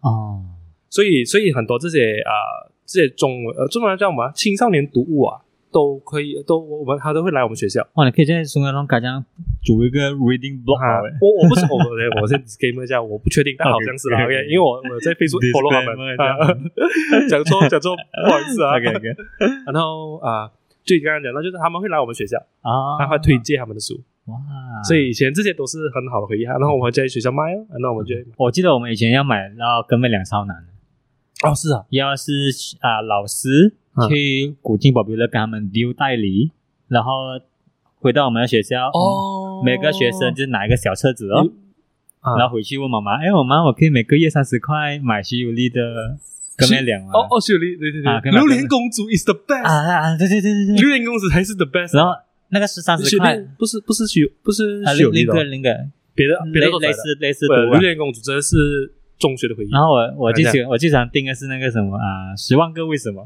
S1: 哦，
S2: 所以所以很多这些啊、呃、这些中文呃中文叫什么啊青少年读物啊，都可以都我们他都会来我们学校。
S1: 哇，你可以在中国中开张组一个 reading
S2: 啊
S1: block，，哦
S2: 我我不是我我我先 disclaimer 一下，我不确定，但好像是啦
S1: OK，OK，OK
S2: ，OK，因为我我在 Facebook
S1: Disclaimer
S2: follow 他们，啊 讲错讲错，不好意思啊。
S1: OK OK
S2: 然后啊，就你刚刚讲到，就是他们会来我们学校，
S1: 啊，
S2: 他会推荐他们的书，
S1: 哇，
S2: 所以以前这些都是很好的回忆啊。然后我们在学校卖哦，那我们就会买
S1: 我记得我们以前要买到哥妹俩超难。
S2: 哦，是啊，
S1: 要是啊、老师
S2: 嗯
S1: 去古今保镖乐跟他们丢代理，然后回到我们的学校，
S2: 哦
S1: 嗯，每个学生就拿一个小册子哦，
S2: 啊
S1: 然后回去问妈妈，哎，我妈，我可以每个月三十块买徐有利的哥妹俩吗？
S2: 哦哦，雪莉，对对
S1: 啊
S2: 对，
S1: 跟他
S2: 榴莲公主 is the
S1: 啊
S2: best，
S1: 啊啊，对对对对对，
S2: 榴莲公主才是 the best。
S1: 然后那个是三十
S2: 雪
S1: 块，
S2: 莉不是不是雪不是
S1: 啊，
S2: 雪
S1: 另
S2: 莉
S1: 另
S2: 的
S1: 个
S2: 哦，
S1: 另个
S2: 别的别的
S1: 类
S2: 都
S1: 类
S2: 出来的
S1: 似类似
S2: 呃
S1: 的啊
S2: 榴。莲公主真的是中学的回忆。
S1: 然后我我
S2: 等
S1: 最
S2: 一下
S1: 喜欢我最常订的是那个什么啊，《十万个为什么》，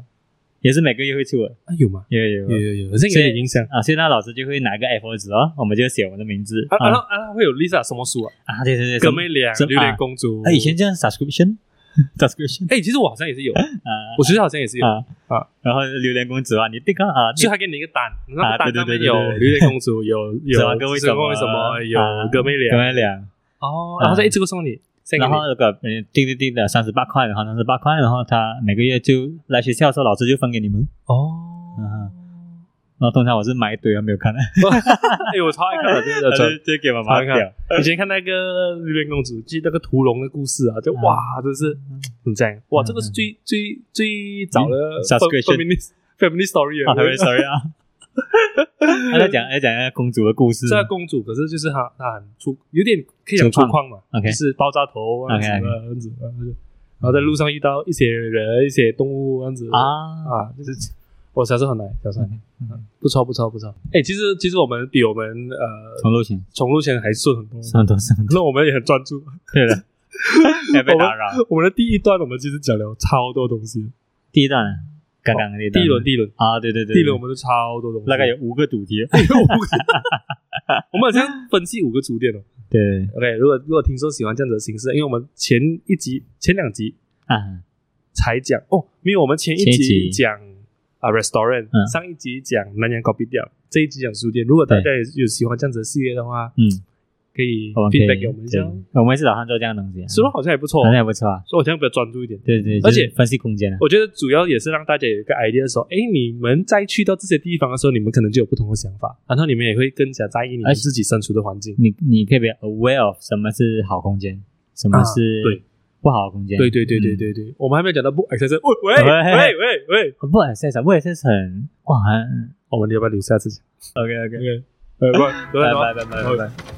S1: 也是每个月会出的，
S2: 啊，有吗？
S1: 有有
S2: 有有有，好
S1: 所
S2: 像有
S1: 以
S2: 点影响。
S1: 啊，所以那老师就会拿一个 A4 纸哦，我们就写我们的名字
S2: 啊，然后啊，会有 Lisa 什么书啊？
S1: 啊，对对对，
S2: 哥妹俩、
S1: 什么
S2: 榴莲公主。
S1: 哎，以前叫 subscription，subscription
S2: 哎，其实我好像也是有，
S1: 啊
S2: 我学校好像也是有，
S1: 啊
S2: 啊，
S1: 然后榴莲公主啊，你这个啊，
S2: 就
S1: 你
S2: 他给你一个单，那
S1: 啊对
S2: 个单
S1: 对
S2: 上
S1: 对
S2: 面
S1: 对
S2: 有
S1: 对
S2: 榴莲公主，有有
S1: 什么哥为什
S2: 什
S1: 么
S2: 么什么，有
S1: 啊
S2: 哥妹
S1: 哥妹
S2: 俩。
S1: 俩，
S2: 哦，
S1: 啊
S2: 然后再一这个送你，再给
S1: 然
S2: 你
S1: 后那个嗯，滴滴滴的三十八块，然后三十八块，然后他每个月就来学校的时候，老师就分给你们。
S2: 哦
S1: 啊。然后通常我是买一堆，啊没有 看，
S2: 哎，我超爱看的，真的
S1: 就
S2: 真的。
S1: 就给妈妈
S2: 看看
S1: 掉。
S2: 以前看那个《榴莲公主》，记那个屠龙的故事啊，就
S1: 啊
S2: 哇，真是很赞！哇，
S1: 嗯
S2: 这个是最最最早的
S1: 嗯
S2: fem-
S1: subscription
S2: feminist feminist story
S1: 啊
S2: 啊。
S1: ，sorry sorry 啊， 他在讲在讲那个公主的故事
S2: 这个公主可是就是她，她很粗，有点可以讲粗犷嘛
S1: OK
S2: 就是爆炸头啊，
S1: OK，OK
S2: 什么样子啊，然后在路上遇到一些人、一些动物这样子
S1: 啊，
S2: 啊，就是我小时候很来，小时候很来
S1: 嗯
S2: 不错不错不错。哎，其实其实我们比我们呃
S1: 重录前
S2: 重录前还顺很多，
S1: 上多上多，
S2: 那我们也很专注。
S1: 对 了，要被打扰。
S2: 我们的第一段我们其实讲了超多东西，
S1: 第一段，啊刚刚的那
S2: 第一轮
S1: 第
S2: 第一轮
S1: 啊，对对对，
S2: 第一轮我
S1: 对
S2: 们就超多东西，
S1: 大概有五个主题，
S2: 我们好像分析五个主点哦。
S1: 对
S2: OK，如果如果听众喜欢这样子的形式，因为我们前一集、前两集
S1: 啊，
S2: 才讲哦，没有，我们前一
S1: 前一
S2: 集
S1: 集
S2: 讲啊 restaurant，、
S1: 嗯
S2: 上一集讲南洋 copy 掉，这一集讲书店。如果大家有有喜欢这样子的系列的话，
S1: 嗯，
S2: 可以
S1: 我们可以
S2: feedback 给我们一下哦。
S1: 对我们是打算做这样的东西啊，
S2: 说好像也不错哦，
S1: 好像也不错啊，
S2: 所以我现在比较专注一点。
S1: 对对，
S2: 而且
S1: 就是分析空间啊，
S2: 我觉得主要也是让大家有一个 idea，说，哎，你们在去到这些地方的时候，你们可能就有不同的想法，然后你们也会更加在意你们
S1: 而且
S2: 自己身处的环境。
S1: 你你可以比较 aware of 什么是好空间，什么
S2: 啊对
S1: 是不好的空间，
S2: 对对对对
S1: 嗯
S2: 对对，我们还没有讲到不 access，喂呃喂
S1: 喂
S2: 喂喂喂，
S1: 不 access，啊不 access 很哇很
S2: 我们要不要留下次讲？
S1: ，OK OK，
S2: 呃，不，拜
S1: 拜
S2: 拜
S1: 拜拜拜
S2: 拜
S1: 拜拜。